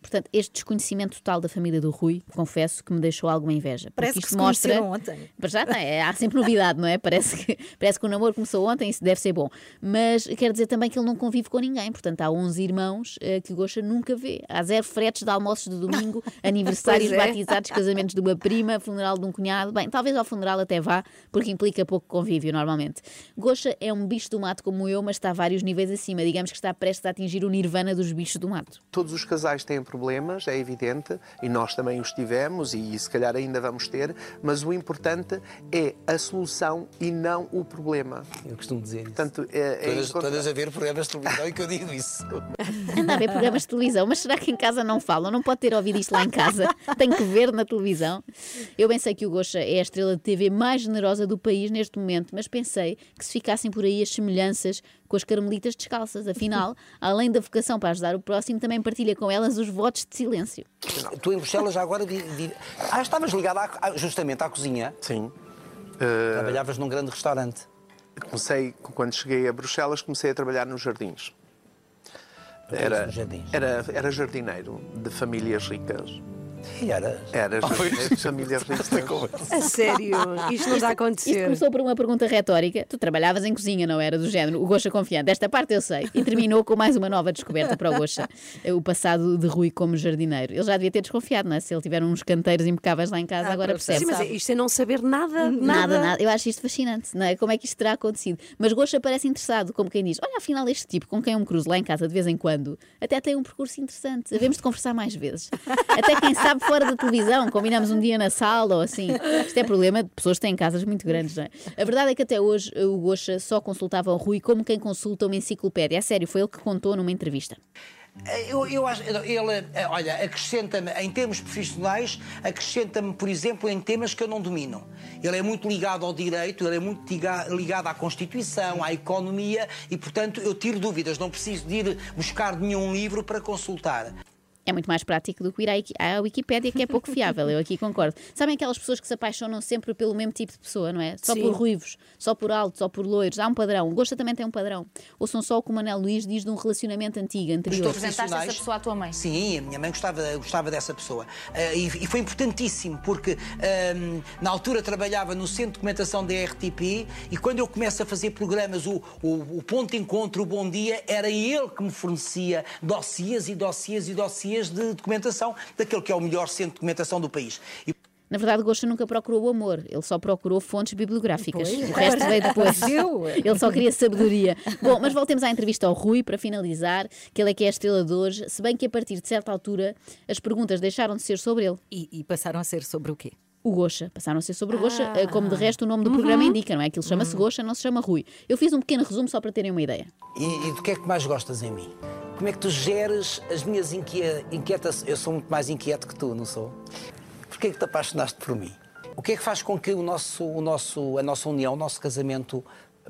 [SPEAKER 4] Portanto, este desconhecimento total da família do Rui, confesso que me deixou alguma inveja. porque
[SPEAKER 2] Parece que
[SPEAKER 4] isto
[SPEAKER 2] se
[SPEAKER 4] mostra.
[SPEAKER 2] conheceram ontem.
[SPEAKER 4] Para já, não é? há sempre novidade, não é? Parece que, parece que o namoro começou ontem, isso deve ser bom. Mas quer dizer também que ele não convive com ninguém, portanto, há 11 irmãos eh, que o Gosha nunca vê. Há zero fretes de almoços de domingo, aniversários,
[SPEAKER 3] Pois é.
[SPEAKER 4] batizados, casamentos de uma prima, funeral de um cunhado. Bem, talvez ao funeral até vá, porque implica pouco convívio normalmente. Gosha é um bicho do mato como eu, mas está a vários níveis acima. Digamos que está prestes a atingir o nirvana dos bichos do mato.
[SPEAKER 7] Todos os casais têm problemas, é evidente, e nós também os tivemos e se calhar ainda vamos ter, mas o importante é a solução e não o problema.
[SPEAKER 6] Eu costumo dizer isso.
[SPEAKER 7] Portanto, é, é
[SPEAKER 6] todas,
[SPEAKER 7] encontrar-
[SPEAKER 6] todas a ver programas de televisão e que eu digo isso.
[SPEAKER 4] Anda a ver programas de televisão, mas será que em casa não falam? Não pode ter ouvido isto lá em casa. Tem que ver na televisão. Eu pensei que o Gosha é a estrela de TV mais generosa do país neste momento, mas pensei que se ficassem por aí as semelhanças com as carmelitas descalças. Afinal, além da vocação para ajudar o próximo, também partilha com elas os votos de silêncio.
[SPEAKER 6] Tu em Bruxelas já agora. vi- vi- Ah, estavas ligado à- à- justamente à cozinha.
[SPEAKER 7] Sim. Eh.
[SPEAKER 6] Trabalhavas num grande restaurante.
[SPEAKER 7] Comecei, quando cheguei a Bruxelas, comecei a trabalhar nos jardins. Era,
[SPEAKER 6] nos jardins.
[SPEAKER 7] era, era jardineiro de famílias ricas.
[SPEAKER 6] E era.
[SPEAKER 7] Era jardineiro de famílias ricas.
[SPEAKER 3] A sério, isto não está a
[SPEAKER 4] Isto
[SPEAKER 3] acontecer.
[SPEAKER 4] começou por uma pergunta retórica. Tu trabalhavas em cozinha, não era? Do género, o Gosha confiante. Esta parte eu sei. E terminou com mais uma nova descoberta para o Gosha. É O passado de Rui como jardineiro. Ele já devia ter desconfiado, não é? Se ele tiver uns canteiros impecáveis lá em casa, agora percebe.
[SPEAKER 3] Ah, Sim, mas isto é não saber nada,
[SPEAKER 4] Nada,
[SPEAKER 3] nada.
[SPEAKER 4] nada. Eu acho isto fascinante, não é? Como é que isto terá acontecido? Mas Gosha parece interessado, como quem diz: olha, afinal, este tipo com quem eu me cruzo lá em casa de vez em quando até tem um percurso interessante. Devemos de conversar mais vezes. Até quem sabe fora da televisão, combinamos um dia na sala ou assim. Isto é problema de pessoas que têm casas muito grandes, não é? A verdade é que até hoje o Gosha só consultava o Rui como quem consulta uma enciclopédia. A sério, foi ele que contou numa entrevista.
[SPEAKER 6] É, Eu, eu acho. Ele, eh, olha, acrescenta-me, em termos profissionais, acrescenta-me, por exemplo, em temas que eu não domino. Ele é muito ligado ao direito, ele é muito liga- ligado à Constituição, à economia e, portanto, eu tiro dúvidas. Não preciso de ir buscar nenhum livro para consultar.
[SPEAKER 4] É muito mais prático do que ir à Wiki- à Wikipédia, que é pouco fiável, eu aqui concordo. Sabem aquelas pessoas que se apaixonam sempre pelo mesmo tipo de pessoa, não é? Só por ruivos, só por altos, só por loiros. Há um padrão. O Gosta também tem um padrão. Ouçam só o que o Manel Luís diz de um relacionamento antigo, anterior.
[SPEAKER 8] Apresentaste
[SPEAKER 6] profissionais.
[SPEAKER 8] essa pessoa à tua mãe?
[SPEAKER 6] Sim, a minha mãe gostava, gostava dessa pessoa. Ah, e, e foi importantíssimo, porque ahm, na altura trabalhava no centro de documentação da RTP e quando eu começo a fazer programas, o, o- o ponto de encontro, o Bom Dia, era ele que me fornecia dossiês e dossiês e dossiês de documentação daquele que é o melhor centro de documentação do país. E
[SPEAKER 4] Na verdade, Gosta nunca procurou o amor. Ele só procurou fontes bibliográficas.
[SPEAKER 2] Pois.
[SPEAKER 4] O resto veio depois.
[SPEAKER 2] Deu.
[SPEAKER 4] Ele só queria sabedoria. Bom, mas voltemos à entrevista ao Rui para finalizar, que ele é que é a estrela de hoje, se bem que a partir de certa altura as perguntas deixaram de ser sobre ele.
[SPEAKER 2] E, e passaram a ser sobre o quê?
[SPEAKER 4] O Gosha, passaram a ser sobre o Gosha, eh, como de
[SPEAKER 3] Ah.
[SPEAKER 4] resto o nome do programa
[SPEAKER 3] Uhum.
[SPEAKER 4] indica, não é? Aquilo chama-se Gosha, não se chama Rui. Eu fiz um pequeno resumo só para terem uma ideia.
[SPEAKER 6] E, e do que é que mais gostas em mim? Como é que tu geres as minhas inquie- inquietações? Eu sou muito mais inquieto que tu, não sou? Porquê é que te apaixonaste por mim? O que é que faz com que o nosso, o nosso, a nossa união, o nosso casamento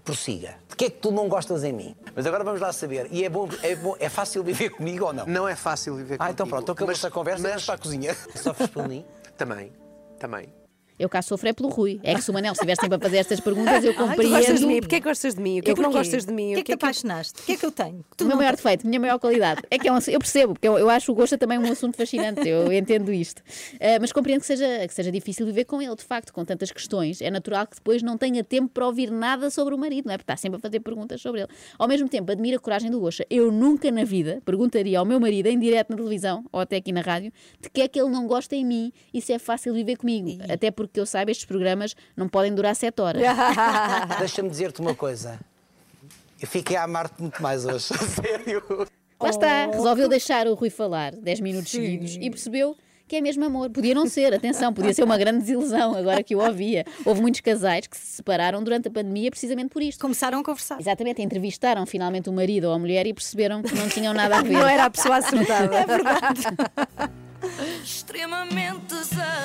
[SPEAKER 6] prossiga? De que é que tu não gostas em mim? Mas agora vamos lá saber. E é bom, é, bom- é fácil viver comigo ou não?
[SPEAKER 7] Não é fácil viver
[SPEAKER 6] Ah, então
[SPEAKER 7] contigo,
[SPEAKER 6] pronto, acabou
[SPEAKER 7] mas-
[SPEAKER 6] esta conversa e
[SPEAKER 7] mas-
[SPEAKER 6] vamos para a cozinha. Só respondi.
[SPEAKER 7] Também, também.
[SPEAKER 4] Eu cá sofro é pelo Rui. É que se o Manel estivesse sempre a fazer estas perguntas, eu
[SPEAKER 3] Gostas de
[SPEAKER 4] compreendo.
[SPEAKER 3] mim? Porquê é que gostas de mim? O que é que não gostas de mim?
[SPEAKER 2] O que é que te apaixonaste? O que é que eu tenho? Que
[SPEAKER 4] O
[SPEAKER 2] tu
[SPEAKER 4] meu
[SPEAKER 2] não
[SPEAKER 4] maior defeito, minha maior qualidade. É que é um, assu- eu percebo, porque eu, eu acho o Gosha também um assunto fascinante, eu entendo isto. Eh, mas compreendo que seja, que seja difícil viver com ele, de facto, com tantas questões. É natural que depois não tenha tempo para ouvir nada sobre o marido, não é? Porque está sempre a fazer perguntas sobre ele. Ao mesmo tempo, admiro a coragem do Gosha. Eu nunca na vida perguntaria ao meu marido, em direto na televisão, ou até aqui na rádio, de que é que ele não gosta em mim e se é fácil viver comigo. Até porque eu saiba, estes programas não podem durar sete horas.
[SPEAKER 6] Deixa-me dizer-te uma coisa. Eu fiquei a amar-te muito mais hoje. Sério?
[SPEAKER 4] Lá está, resolveu deixar o Rui falar 10 minutos seguidos e percebeu que é mesmo amor. Podia não ser, atenção, podia ser uma grande desilusão agora que o ouvia. Houve muitos casais que se separaram durante a pandemia precisamente por isto.
[SPEAKER 2] Começaram a conversar.
[SPEAKER 4] Exatamente, entrevistaram finalmente o marido ou a mulher e perceberam que não tinham nada a ver.
[SPEAKER 3] Não era a pessoa
[SPEAKER 2] É
[SPEAKER 3] acertada.
[SPEAKER 5] extremamente desagradável.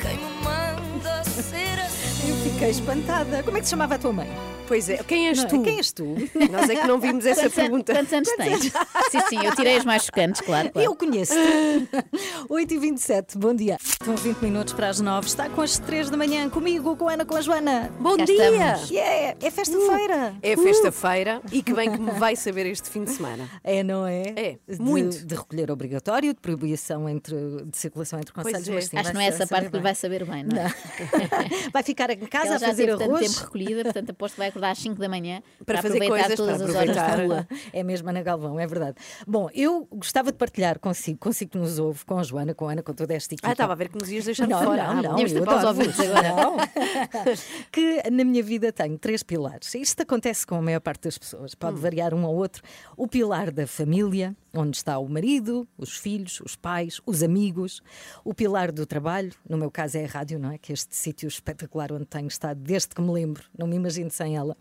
[SPEAKER 5] Quem me manda ser assim?
[SPEAKER 2] fiquei espantada. Como é que se chamava a tua mãe?
[SPEAKER 3] Pois é, quem és
[SPEAKER 2] Não é?
[SPEAKER 3] tu?
[SPEAKER 2] Quem és tu?
[SPEAKER 3] Nós é que não vimos essa
[SPEAKER 4] Quantos, an-
[SPEAKER 3] pergunta.
[SPEAKER 4] quantos anos tens? sim, sim, eu tirei as mais chocantes, claro. claro.
[SPEAKER 2] Eu conheço. 8h27, bom dia. Estão 20 minutos para as 9. Está com as 3 da manhã, comigo, com a Ana, com a Joana.
[SPEAKER 3] Bom
[SPEAKER 4] Cá
[SPEAKER 3] dia!
[SPEAKER 4] estamos.
[SPEAKER 2] Yeah, é festa-feira.
[SPEAKER 4] Uh.
[SPEAKER 3] É festa-feira e que bem que me vai saber este fim de semana. Ah,
[SPEAKER 2] É, não é?
[SPEAKER 3] É,
[SPEAKER 2] De-
[SPEAKER 3] muito.
[SPEAKER 2] De recolher obrigatório, de proibição entre, de circulação entre
[SPEAKER 3] Pois
[SPEAKER 2] conselhos.
[SPEAKER 3] é.
[SPEAKER 2] mas sim,
[SPEAKER 4] Acho que não é
[SPEAKER 2] vai
[SPEAKER 4] essa parte
[SPEAKER 2] saber
[SPEAKER 4] que lhe vai saber bem, não é?
[SPEAKER 2] bem. Vai ficar em casa
[SPEAKER 4] Ela
[SPEAKER 2] a
[SPEAKER 4] já
[SPEAKER 2] fazer
[SPEAKER 4] teve tanto
[SPEAKER 2] arroz.
[SPEAKER 4] tempo recolhida, portanto aposto que vai acordar às 5 da manhã para,
[SPEAKER 3] Para fazer
[SPEAKER 4] aproveitar
[SPEAKER 3] coisas,
[SPEAKER 4] todas
[SPEAKER 3] para
[SPEAKER 4] as horas da
[SPEAKER 3] aproveitar.
[SPEAKER 4] rua.
[SPEAKER 2] É mesmo, Ana Galvão, é verdade. Bom, eu gostava de partilhar consigo, consigo que nos ouve, com a Joana, com a Ana, com toda esta equipa.
[SPEAKER 3] Ah,
[SPEAKER 4] tá
[SPEAKER 3] estava a ver que nos ias deixar de
[SPEAKER 2] Então. Não,
[SPEAKER 3] fora.
[SPEAKER 2] não,
[SPEAKER 3] Ah,
[SPEAKER 2] não,
[SPEAKER 3] bom.
[SPEAKER 4] Temos de
[SPEAKER 2] eu
[SPEAKER 4] ir para os
[SPEAKER 2] adoro.
[SPEAKER 4] ouvintes agora.
[SPEAKER 2] que na minha vida tenho três pilares. Isto acontece com a maior parte das pessoas,
[SPEAKER 3] Hum.
[SPEAKER 2] pode variar um ao outro. O pilar da família, onde está o marido, os filhos, os pais, os amigos. O pilar do trabalho, no meu caso é a rádio, não é? Que é este sítio espetacular onde tenho estado desde que me lembro, não me imagino sem ela.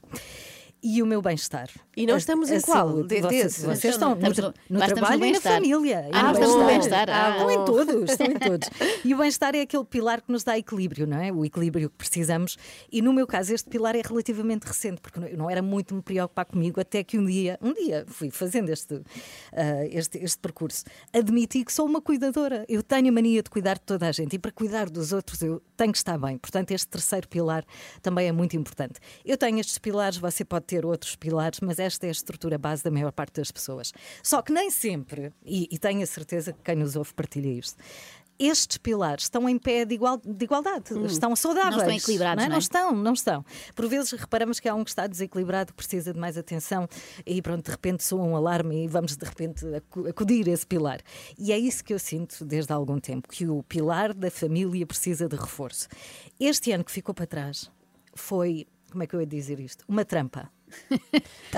[SPEAKER 2] E o meu bem-estar.
[SPEAKER 3] E nós
[SPEAKER 2] A-
[SPEAKER 3] estamos
[SPEAKER 2] a
[SPEAKER 3] em qual?
[SPEAKER 2] saúde.
[SPEAKER 3] De-
[SPEAKER 2] assim, vocês,
[SPEAKER 3] desse?
[SPEAKER 2] vocês estão no,
[SPEAKER 4] Estamos
[SPEAKER 2] tra-
[SPEAKER 4] no-
[SPEAKER 2] no
[SPEAKER 4] nós estamos no
[SPEAKER 2] trabalho e na
[SPEAKER 4] bem-estar.
[SPEAKER 2] família. E
[SPEAKER 4] Ah,
[SPEAKER 2] no
[SPEAKER 4] nós estamos no bem-estar. Ah,
[SPEAKER 2] Estão em
[SPEAKER 4] bom.
[SPEAKER 2] todos, estão em todos. E o bem-estar é aquele pilar que nos dá equilíbrio, não é? O equilíbrio que precisamos. E no meu caso, este pilar é relativamente recente, porque eu não era muito me preocupar comigo, até que um dia, um dia, fui fazendo este, ah, este, este percurso. Admiti que sou uma cuidadora. Eu tenho a mania de cuidar de toda a gente e para cuidar dos outros eu tenho que estar bem. Portanto, este terceiro pilar também é muito importante. Eu tenho estes pilares, você pode ter outros pilares, mas esta é a estrutura base da maior parte das pessoas. Só que nem sempre, e, e tenho a certeza que quem nos ouve partilha isto, estes pilares estão em pé de, igual- de igualdade, estão saudáveis.
[SPEAKER 4] Uhum. Não estão equilibrados, não é?
[SPEAKER 2] Não estão, não estão. Por vezes reparamos que há um que está desequilibrado, que precisa de mais atenção e pronto, de repente soa um alarme e vamos de repente acu- acudir a esse pilar. E é isso que eu sinto desde há algum tempo, que o pilar da família precisa de reforço. Este ano que ficou para trás foi, como é que eu ia dizer isto? Uma trampa.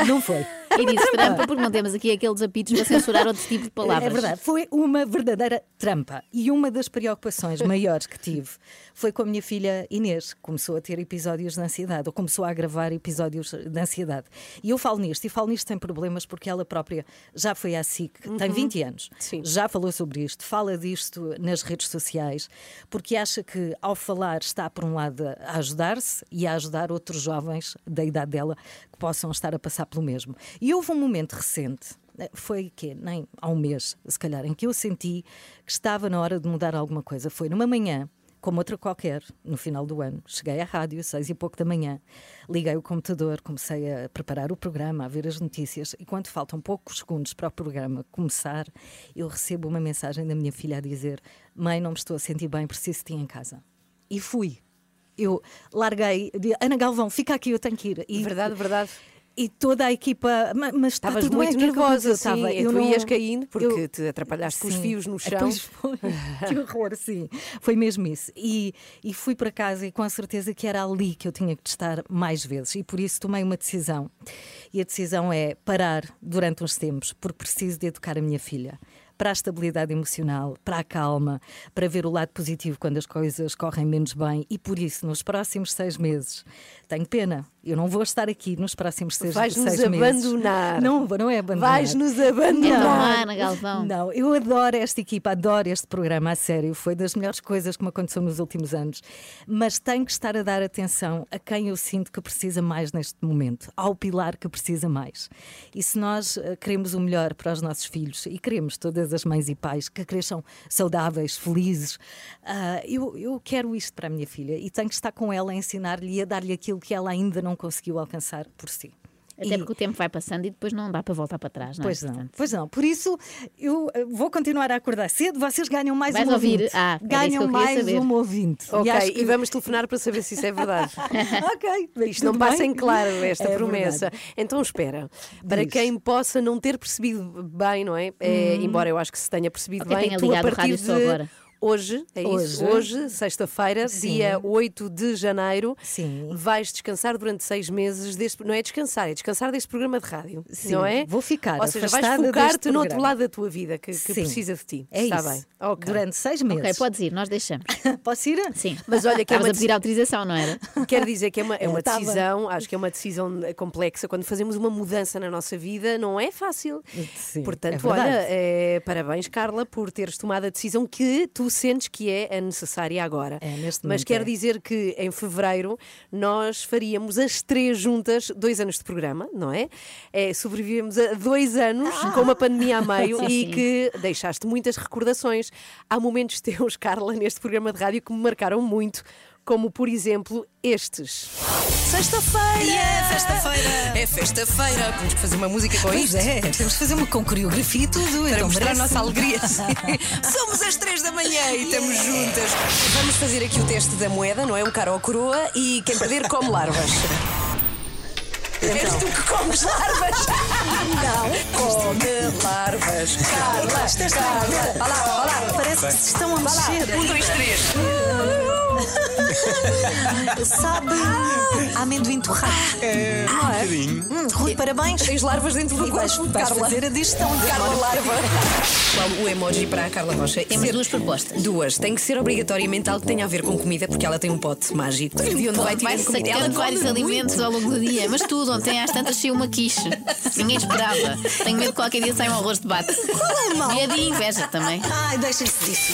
[SPEAKER 2] Não foi.
[SPEAKER 4] E disse trampa porque não temos aqui aqueles apitos para censurar outro tipo de palavras.
[SPEAKER 2] É verdade, foi uma verdadeira trampa. E uma das preocupações maiores que tive foi com a minha filha Inês, que começou a ter episódios de ansiedade, ou começou a agravar episódios de ansiedade. E eu falo nisto, e falo nisto sem problemas, porque ela própria já foi à SIC, tem 20 anos,
[SPEAKER 3] Sim.
[SPEAKER 2] já falou sobre isto, fala disto nas redes sociais, porque acha que ao falar está, por um lado, a ajudar-se e a ajudar outros jovens da idade dela que possam estar a passar pelo mesmo. E houve um momento recente, eh, foi que nem há um mês, se calhar, em que eu senti que estava na hora de mudar alguma coisa. Foi numa manhã. Como outra qualquer, no final do ano, cheguei à rádio, seis e pouco da manhã, liguei o computador, comecei a preparar o programa, a ver as notícias, e quando faltam poucos segundos para o programa começar, eu recebo uma mensagem da minha filha a dizer: Mãe, não me estou a sentir bem, preciso de ti em casa. E fui. Eu larguei, de- Ana Galvão, fica aqui, eu tenho que ir. E,
[SPEAKER 3] Verdade, verdade.
[SPEAKER 2] E toda a equipa, "Ma- mas está
[SPEAKER 3] Estavas
[SPEAKER 2] tudo bem,
[SPEAKER 3] muito
[SPEAKER 2] o que é que
[SPEAKER 3] nervosa,
[SPEAKER 2] aconteceu?"
[SPEAKER 3] sim.
[SPEAKER 2] Estava.
[SPEAKER 3] E
[SPEAKER 2] Eu
[SPEAKER 3] tu
[SPEAKER 2] não-
[SPEAKER 3] ias caindo porque
[SPEAKER 2] eu-
[SPEAKER 3] te atrapalhaste com os
[SPEAKER 2] Sim.
[SPEAKER 3] fios no
[SPEAKER 2] Ah,
[SPEAKER 3] chão.
[SPEAKER 2] pois foi. que horror, sim. Foi mesmo isso. E, e fui para casa e com a certeza que era ali que eu tinha que estar mais vezes. E por isso tomei uma decisão. E a decisão é parar durante uns tempos, porque preciso de educar a minha filha. Para a estabilidade emocional, para a calma, para ver o lado positivo quando as coisas correm menos bem. E por isso, nos próximos seis meses, tenho pena, eu não vou estar aqui nos próximos seis,
[SPEAKER 3] Vais-nos
[SPEAKER 2] seis meses.
[SPEAKER 3] abandonar.
[SPEAKER 2] Não, vou, não é abandonar.
[SPEAKER 3] Vais-nos
[SPEAKER 4] Então,
[SPEAKER 3] abandonar.
[SPEAKER 4] Ana Galvão.
[SPEAKER 2] Não, eu adoro esta equipa, adoro este programa, a sério. Foi das melhores coisas que me aconteceu nos últimos anos. Mas tenho que estar a dar atenção a quem eu sinto que precisa mais neste momento, ao pilar que precisa mais. E se nós eh, queremos o melhor para os nossos filhos e queremos todas as mães e pais que cresçam saudáveis, felizes, ah, eu, eu quero isto para a minha filha e tenho que estar com ela a ensinar-lhe e a dar-lhe aquilo que ela ainda não conseguiu alcançar por si.
[SPEAKER 4] Até
[SPEAKER 2] E-
[SPEAKER 4] porque o tempo vai passando e depois não dá para voltar para trás, não é?
[SPEAKER 2] Pois não,
[SPEAKER 4] Portanto,
[SPEAKER 2] pois não. Por isso, eu eh, vou continuar a acordar cedo. Vocês ganham mais
[SPEAKER 4] Vais
[SPEAKER 2] um
[SPEAKER 4] ouvir?
[SPEAKER 2] ouvinte.
[SPEAKER 4] Ah, era isso que eu
[SPEAKER 2] ganham
[SPEAKER 4] queria
[SPEAKER 2] mais
[SPEAKER 4] saber.
[SPEAKER 2] um ouvinte.
[SPEAKER 3] Ok,
[SPEAKER 2] acho
[SPEAKER 3] e vamos telefonar para saber se isso é verdade.
[SPEAKER 2] ok, bem,
[SPEAKER 3] Isto não
[SPEAKER 2] tudo
[SPEAKER 3] passa
[SPEAKER 2] bem?
[SPEAKER 3] em claro, esta
[SPEAKER 2] É
[SPEAKER 3] promessa.
[SPEAKER 2] verdade.
[SPEAKER 3] Então, espera, para
[SPEAKER 2] Diz. Uhum.
[SPEAKER 3] quem possa não ter percebido bem, não é? É, Embora eu acho que se tenha percebido
[SPEAKER 4] Ou quem
[SPEAKER 3] bem,
[SPEAKER 4] tenha
[SPEAKER 3] tu a
[SPEAKER 4] ligado o
[SPEAKER 3] partir
[SPEAKER 4] rádio
[SPEAKER 3] de
[SPEAKER 4] só agora.
[SPEAKER 3] hoje, é isso,
[SPEAKER 2] Hoje.
[SPEAKER 3] hoje, sexta-feira, dia 8 de janeiro,
[SPEAKER 2] Sim.
[SPEAKER 3] vais descansar durante seis meses deste. Não é descansar, é descansar deste programa de rádio,
[SPEAKER 2] Sim,
[SPEAKER 3] não é?
[SPEAKER 2] vou ficar
[SPEAKER 3] Ou seja, vais
[SPEAKER 2] afastada deste
[SPEAKER 3] focar-te no outro
[SPEAKER 2] programa.
[SPEAKER 3] lado da tua vida que, que
[SPEAKER 2] Sim.
[SPEAKER 3] precisa de ti.
[SPEAKER 2] É
[SPEAKER 3] Está
[SPEAKER 2] isso.
[SPEAKER 3] bem. Ok.
[SPEAKER 5] durante seis meses.
[SPEAKER 4] Ok, podes ir, nós deixamos.
[SPEAKER 5] Posso ir?
[SPEAKER 4] Sim.
[SPEAKER 3] Mas olha que é
[SPEAKER 4] Estavas
[SPEAKER 3] uma
[SPEAKER 4] a pedir autorização, não era?
[SPEAKER 3] Quer dizer que é uma, é uma
[SPEAKER 5] Eh, tava.
[SPEAKER 3] decisão, acho que é uma decisão complexa. Quando fazemos uma mudança na nossa vida, não é fácil.
[SPEAKER 5] Sim,
[SPEAKER 3] Portanto,
[SPEAKER 5] é
[SPEAKER 3] olha,
[SPEAKER 5] verdade.
[SPEAKER 3] eh, parabéns, Carla, por teres tomado a decisão que tu sentes que é a necessária agora.
[SPEAKER 5] É, neste
[SPEAKER 3] Mas
[SPEAKER 5] momento
[SPEAKER 3] quer
[SPEAKER 5] é.
[SPEAKER 3] dizer que em fevereiro nós faríamos as três juntas dois anos de programa, não é? é sobrevivemos a dois anos com uma pandemia a meio
[SPEAKER 4] Ah! Sim,
[SPEAKER 3] e
[SPEAKER 4] sim.
[SPEAKER 3] que deixaste muitas recordações. Há momentos teus, Carla, neste programa de rádio que me marcaram muito. Como, por exemplo, estes.
[SPEAKER 9] Sexta-feira!
[SPEAKER 2] Yeah, festa-feira! É festa-feira! Temos que fazer uma música com
[SPEAKER 9] Pois
[SPEAKER 2] isto.
[SPEAKER 9] é,
[SPEAKER 2] temos que fazer uma com coreografia e tudo. Para
[SPEAKER 9] então
[SPEAKER 2] mostrar a
[SPEAKER 9] merece.
[SPEAKER 2] nossa alegria. Somos às três da manhã e estamos juntas. Vamos fazer aqui o teste da moeda, não é? Um cara ou coroa e quem perder come larvas. És tu que comes larvas? Não, come larvas. Carla, Carla. Vá lá, vá lá.
[SPEAKER 5] Parece que se estão a
[SPEAKER 2] Vá lá.
[SPEAKER 5] mexer.
[SPEAKER 2] Um, dois, três.
[SPEAKER 5] Sabe?
[SPEAKER 2] Amendoim torrado. É.
[SPEAKER 5] Hum, Rui, parabéns.
[SPEAKER 2] Um Tens larvas dentro do
[SPEAKER 5] Vais,
[SPEAKER 2] corpo,
[SPEAKER 5] vais
[SPEAKER 2] Carla.
[SPEAKER 5] fazer a digestão.
[SPEAKER 2] Carla Larva. Qual o emoji para a Carla Rocha?
[SPEAKER 4] Temos
[SPEAKER 2] Ser-
[SPEAKER 4] duas propostas.
[SPEAKER 2] Duas. Tem que ser obrigatoriamente algo que tenha a ver com comida, porque ela tem um pote mágico. De onde vai tirar
[SPEAKER 4] Vai-se
[SPEAKER 2] comida?
[SPEAKER 4] sacando vários
[SPEAKER 2] come
[SPEAKER 4] alimentos ao longo do dia, mas tudo, ontem às tantas saiu uma quiche. Ninguém esperava. Tenho medo que qualquer dia saia um arroz de bate. E é de inveja também.
[SPEAKER 5] Ai, deixem-se disso.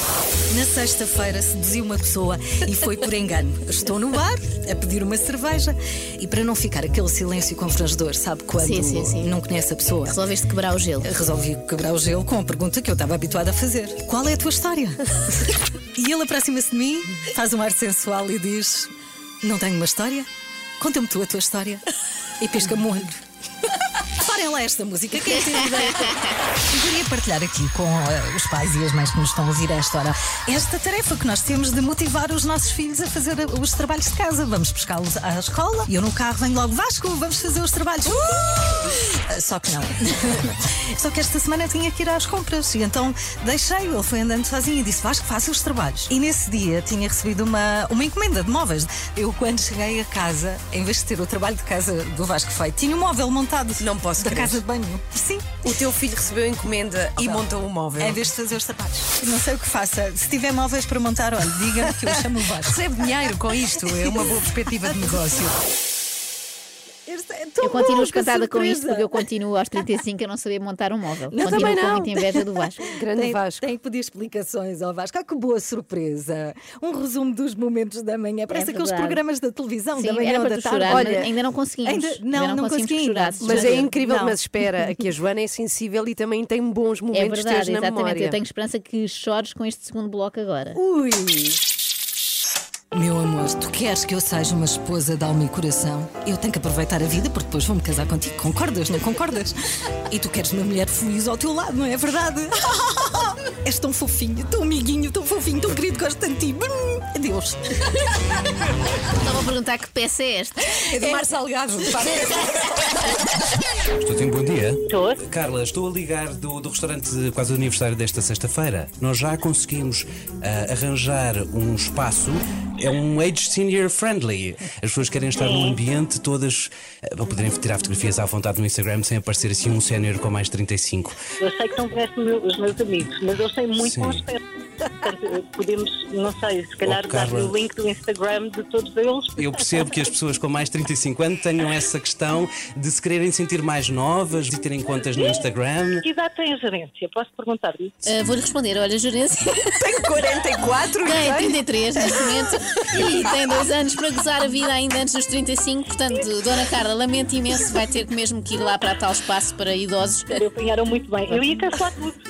[SPEAKER 2] Na sexta-feira seduzi uma pessoa e foi por engano. Estou no bar a pedir uma cerveja e para não ficar aquele silêncio confrangedor, sabe quando
[SPEAKER 4] Sim, sim, sim.
[SPEAKER 2] não conhece a pessoa?
[SPEAKER 4] Resolveste quebrar o gelo.
[SPEAKER 2] Resolvi quebrar o gelo com a pergunta que eu estava habituada a fazer: Qual é a tua história? e ele aproxima-se de mim, faz um ar sensual e diz: Não tenho uma história? Conta-me tu a tua história. E pisca-me o olho. Parem lá esta música, é quem tem ideia? Eu queria partilhar aqui com eh, os pais e as mães que nos estão a ouvir a esta hora esta tarefa que nós temos de motivar os nossos filhos a fazer eh, os trabalhos de casa. Vamos buscá-los à escola e eu no carro venho logo Vasco, vamos fazer os trabalhos. Ah, Só que não. Só que esta semana eu tinha que ir às compras e então deixei-o. Ele foi andando sozinho e disse: Vasco, faça os trabalhos. E nesse dia tinha recebido uma, uma encomenda de móveis. Eu, quando cheguei a casa, em vez de ter o trabalho de casa do Vasco feito, tinha um móvel montado.
[SPEAKER 3] Não posso
[SPEAKER 2] Da
[SPEAKER 3] crer.
[SPEAKER 2] casa de banho. Sim.
[SPEAKER 3] O teu filho recebeu a encomenda e montou
[SPEAKER 10] um
[SPEAKER 3] o móvel.
[SPEAKER 2] Em
[SPEAKER 11] É
[SPEAKER 2] vez de fazer os sapatos. Não sei o que faça. Se tiver móveis para montar, olha, diga-me que eu chamo o Vasco.
[SPEAKER 3] Recebe dinheiro com isto, é uma boa perspectiva de negócio.
[SPEAKER 4] Eu continuo espantada com isto porque eu continuo aos 35 a não saber montar um móvel.
[SPEAKER 5] Eu
[SPEAKER 4] continuo
[SPEAKER 5] também
[SPEAKER 4] com
[SPEAKER 5] não.
[SPEAKER 4] muita inveja do Vasco.
[SPEAKER 3] Grande
[SPEAKER 5] tem,
[SPEAKER 3] Vasco.
[SPEAKER 5] Tem que pedir explicações ao Vasco. Ah, que boa surpresa! Um resumo dos momentos da manhã. Parece aqueles
[SPEAKER 4] É verdade.
[SPEAKER 5] programas da televisão da
[SPEAKER 4] Sim,
[SPEAKER 5] manhã
[SPEAKER 4] era
[SPEAKER 5] ou
[SPEAKER 4] para
[SPEAKER 5] da
[SPEAKER 4] tu
[SPEAKER 5] tarde.
[SPEAKER 4] chorar,
[SPEAKER 3] Olha,
[SPEAKER 4] mas ainda não conseguimos.
[SPEAKER 5] ainda- não, não
[SPEAKER 4] conseguimos
[SPEAKER 5] consegui.
[SPEAKER 4] que chorasses.
[SPEAKER 3] Mas
[SPEAKER 5] Já
[SPEAKER 3] é
[SPEAKER 5] deu.
[SPEAKER 3] incrível,
[SPEAKER 5] Não.
[SPEAKER 3] mas espera, que a Joana é sensível e também tem
[SPEAKER 4] É
[SPEAKER 3] bons momentos teus
[SPEAKER 4] verdade,
[SPEAKER 3] na
[SPEAKER 4] exatamente.
[SPEAKER 3] memória.
[SPEAKER 4] Eu tenho esperança que chores com este segundo bloco agora.
[SPEAKER 5] Ui!
[SPEAKER 2] Meu amor, tu queres que eu seja uma esposa de alma e coração? Eu tenho que aproveitar a vida porque depois vou-me casar contigo. Concordas, não concordas? E tu queres uma mulher feliz ao teu lado, não é verdade? És tão fofinho, tão amiguinho, tão fofinho, tão querido, gosto tanto de ti. Hum, Adeus.
[SPEAKER 4] Estava a perguntar que peça é esta.
[SPEAKER 2] É do Mar Salgado.
[SPEAKER 8] Estou sim, bom dia. Estou. Carla, estou a ligar do, do restaurante de quase o aniversário desta sexta-feira. Nós já conseguimos ah, arranjar um espaço. É um age senior friendly. As pessoas querem estar num ambiente todas ah, para poderem tirar fotografias à vontade no Instagram sem aparecer assim um sénior com mais 35.
[SPEAKER 12] Eu sei que são parece meu- os meus amigos, mas eles têm muito
[SPEAKER 8] Sim.
[SPEAKER 12] bom aspecto. Portanto, podemos, não sei, se calhar
[SPEAKER 8] Oh,
[SPEAKER 12] dar-lhe
[SPEAKER 8] Carla.
[SPEAKER 12] o link do Instagram de todos eles.
[SPEAKER 8] Eu percebo que as pessoas com mais 35 anos tenham essa questão de se quererem sentir mais novas e terem contas no Instagram.
[SPEAKER 12] Que idade tem a gerência? Posso perguntar-lhe?
[SPEAKER 4] Ah, Vou-lhe responder, olha, gerência.
[SPEAKER 3] Tenho 44
[SPEAKER 4] Tem 33 neste momento e tem dois anos para gozar a vida ainda antes dos 35. Portanto, Dona Carla, lamento imenso, vai ter que mesmo que ir lá para tal espaço para idosos.
[SPEAKER 12] Me apanharam muito bem. Eu ia cancelar tudo.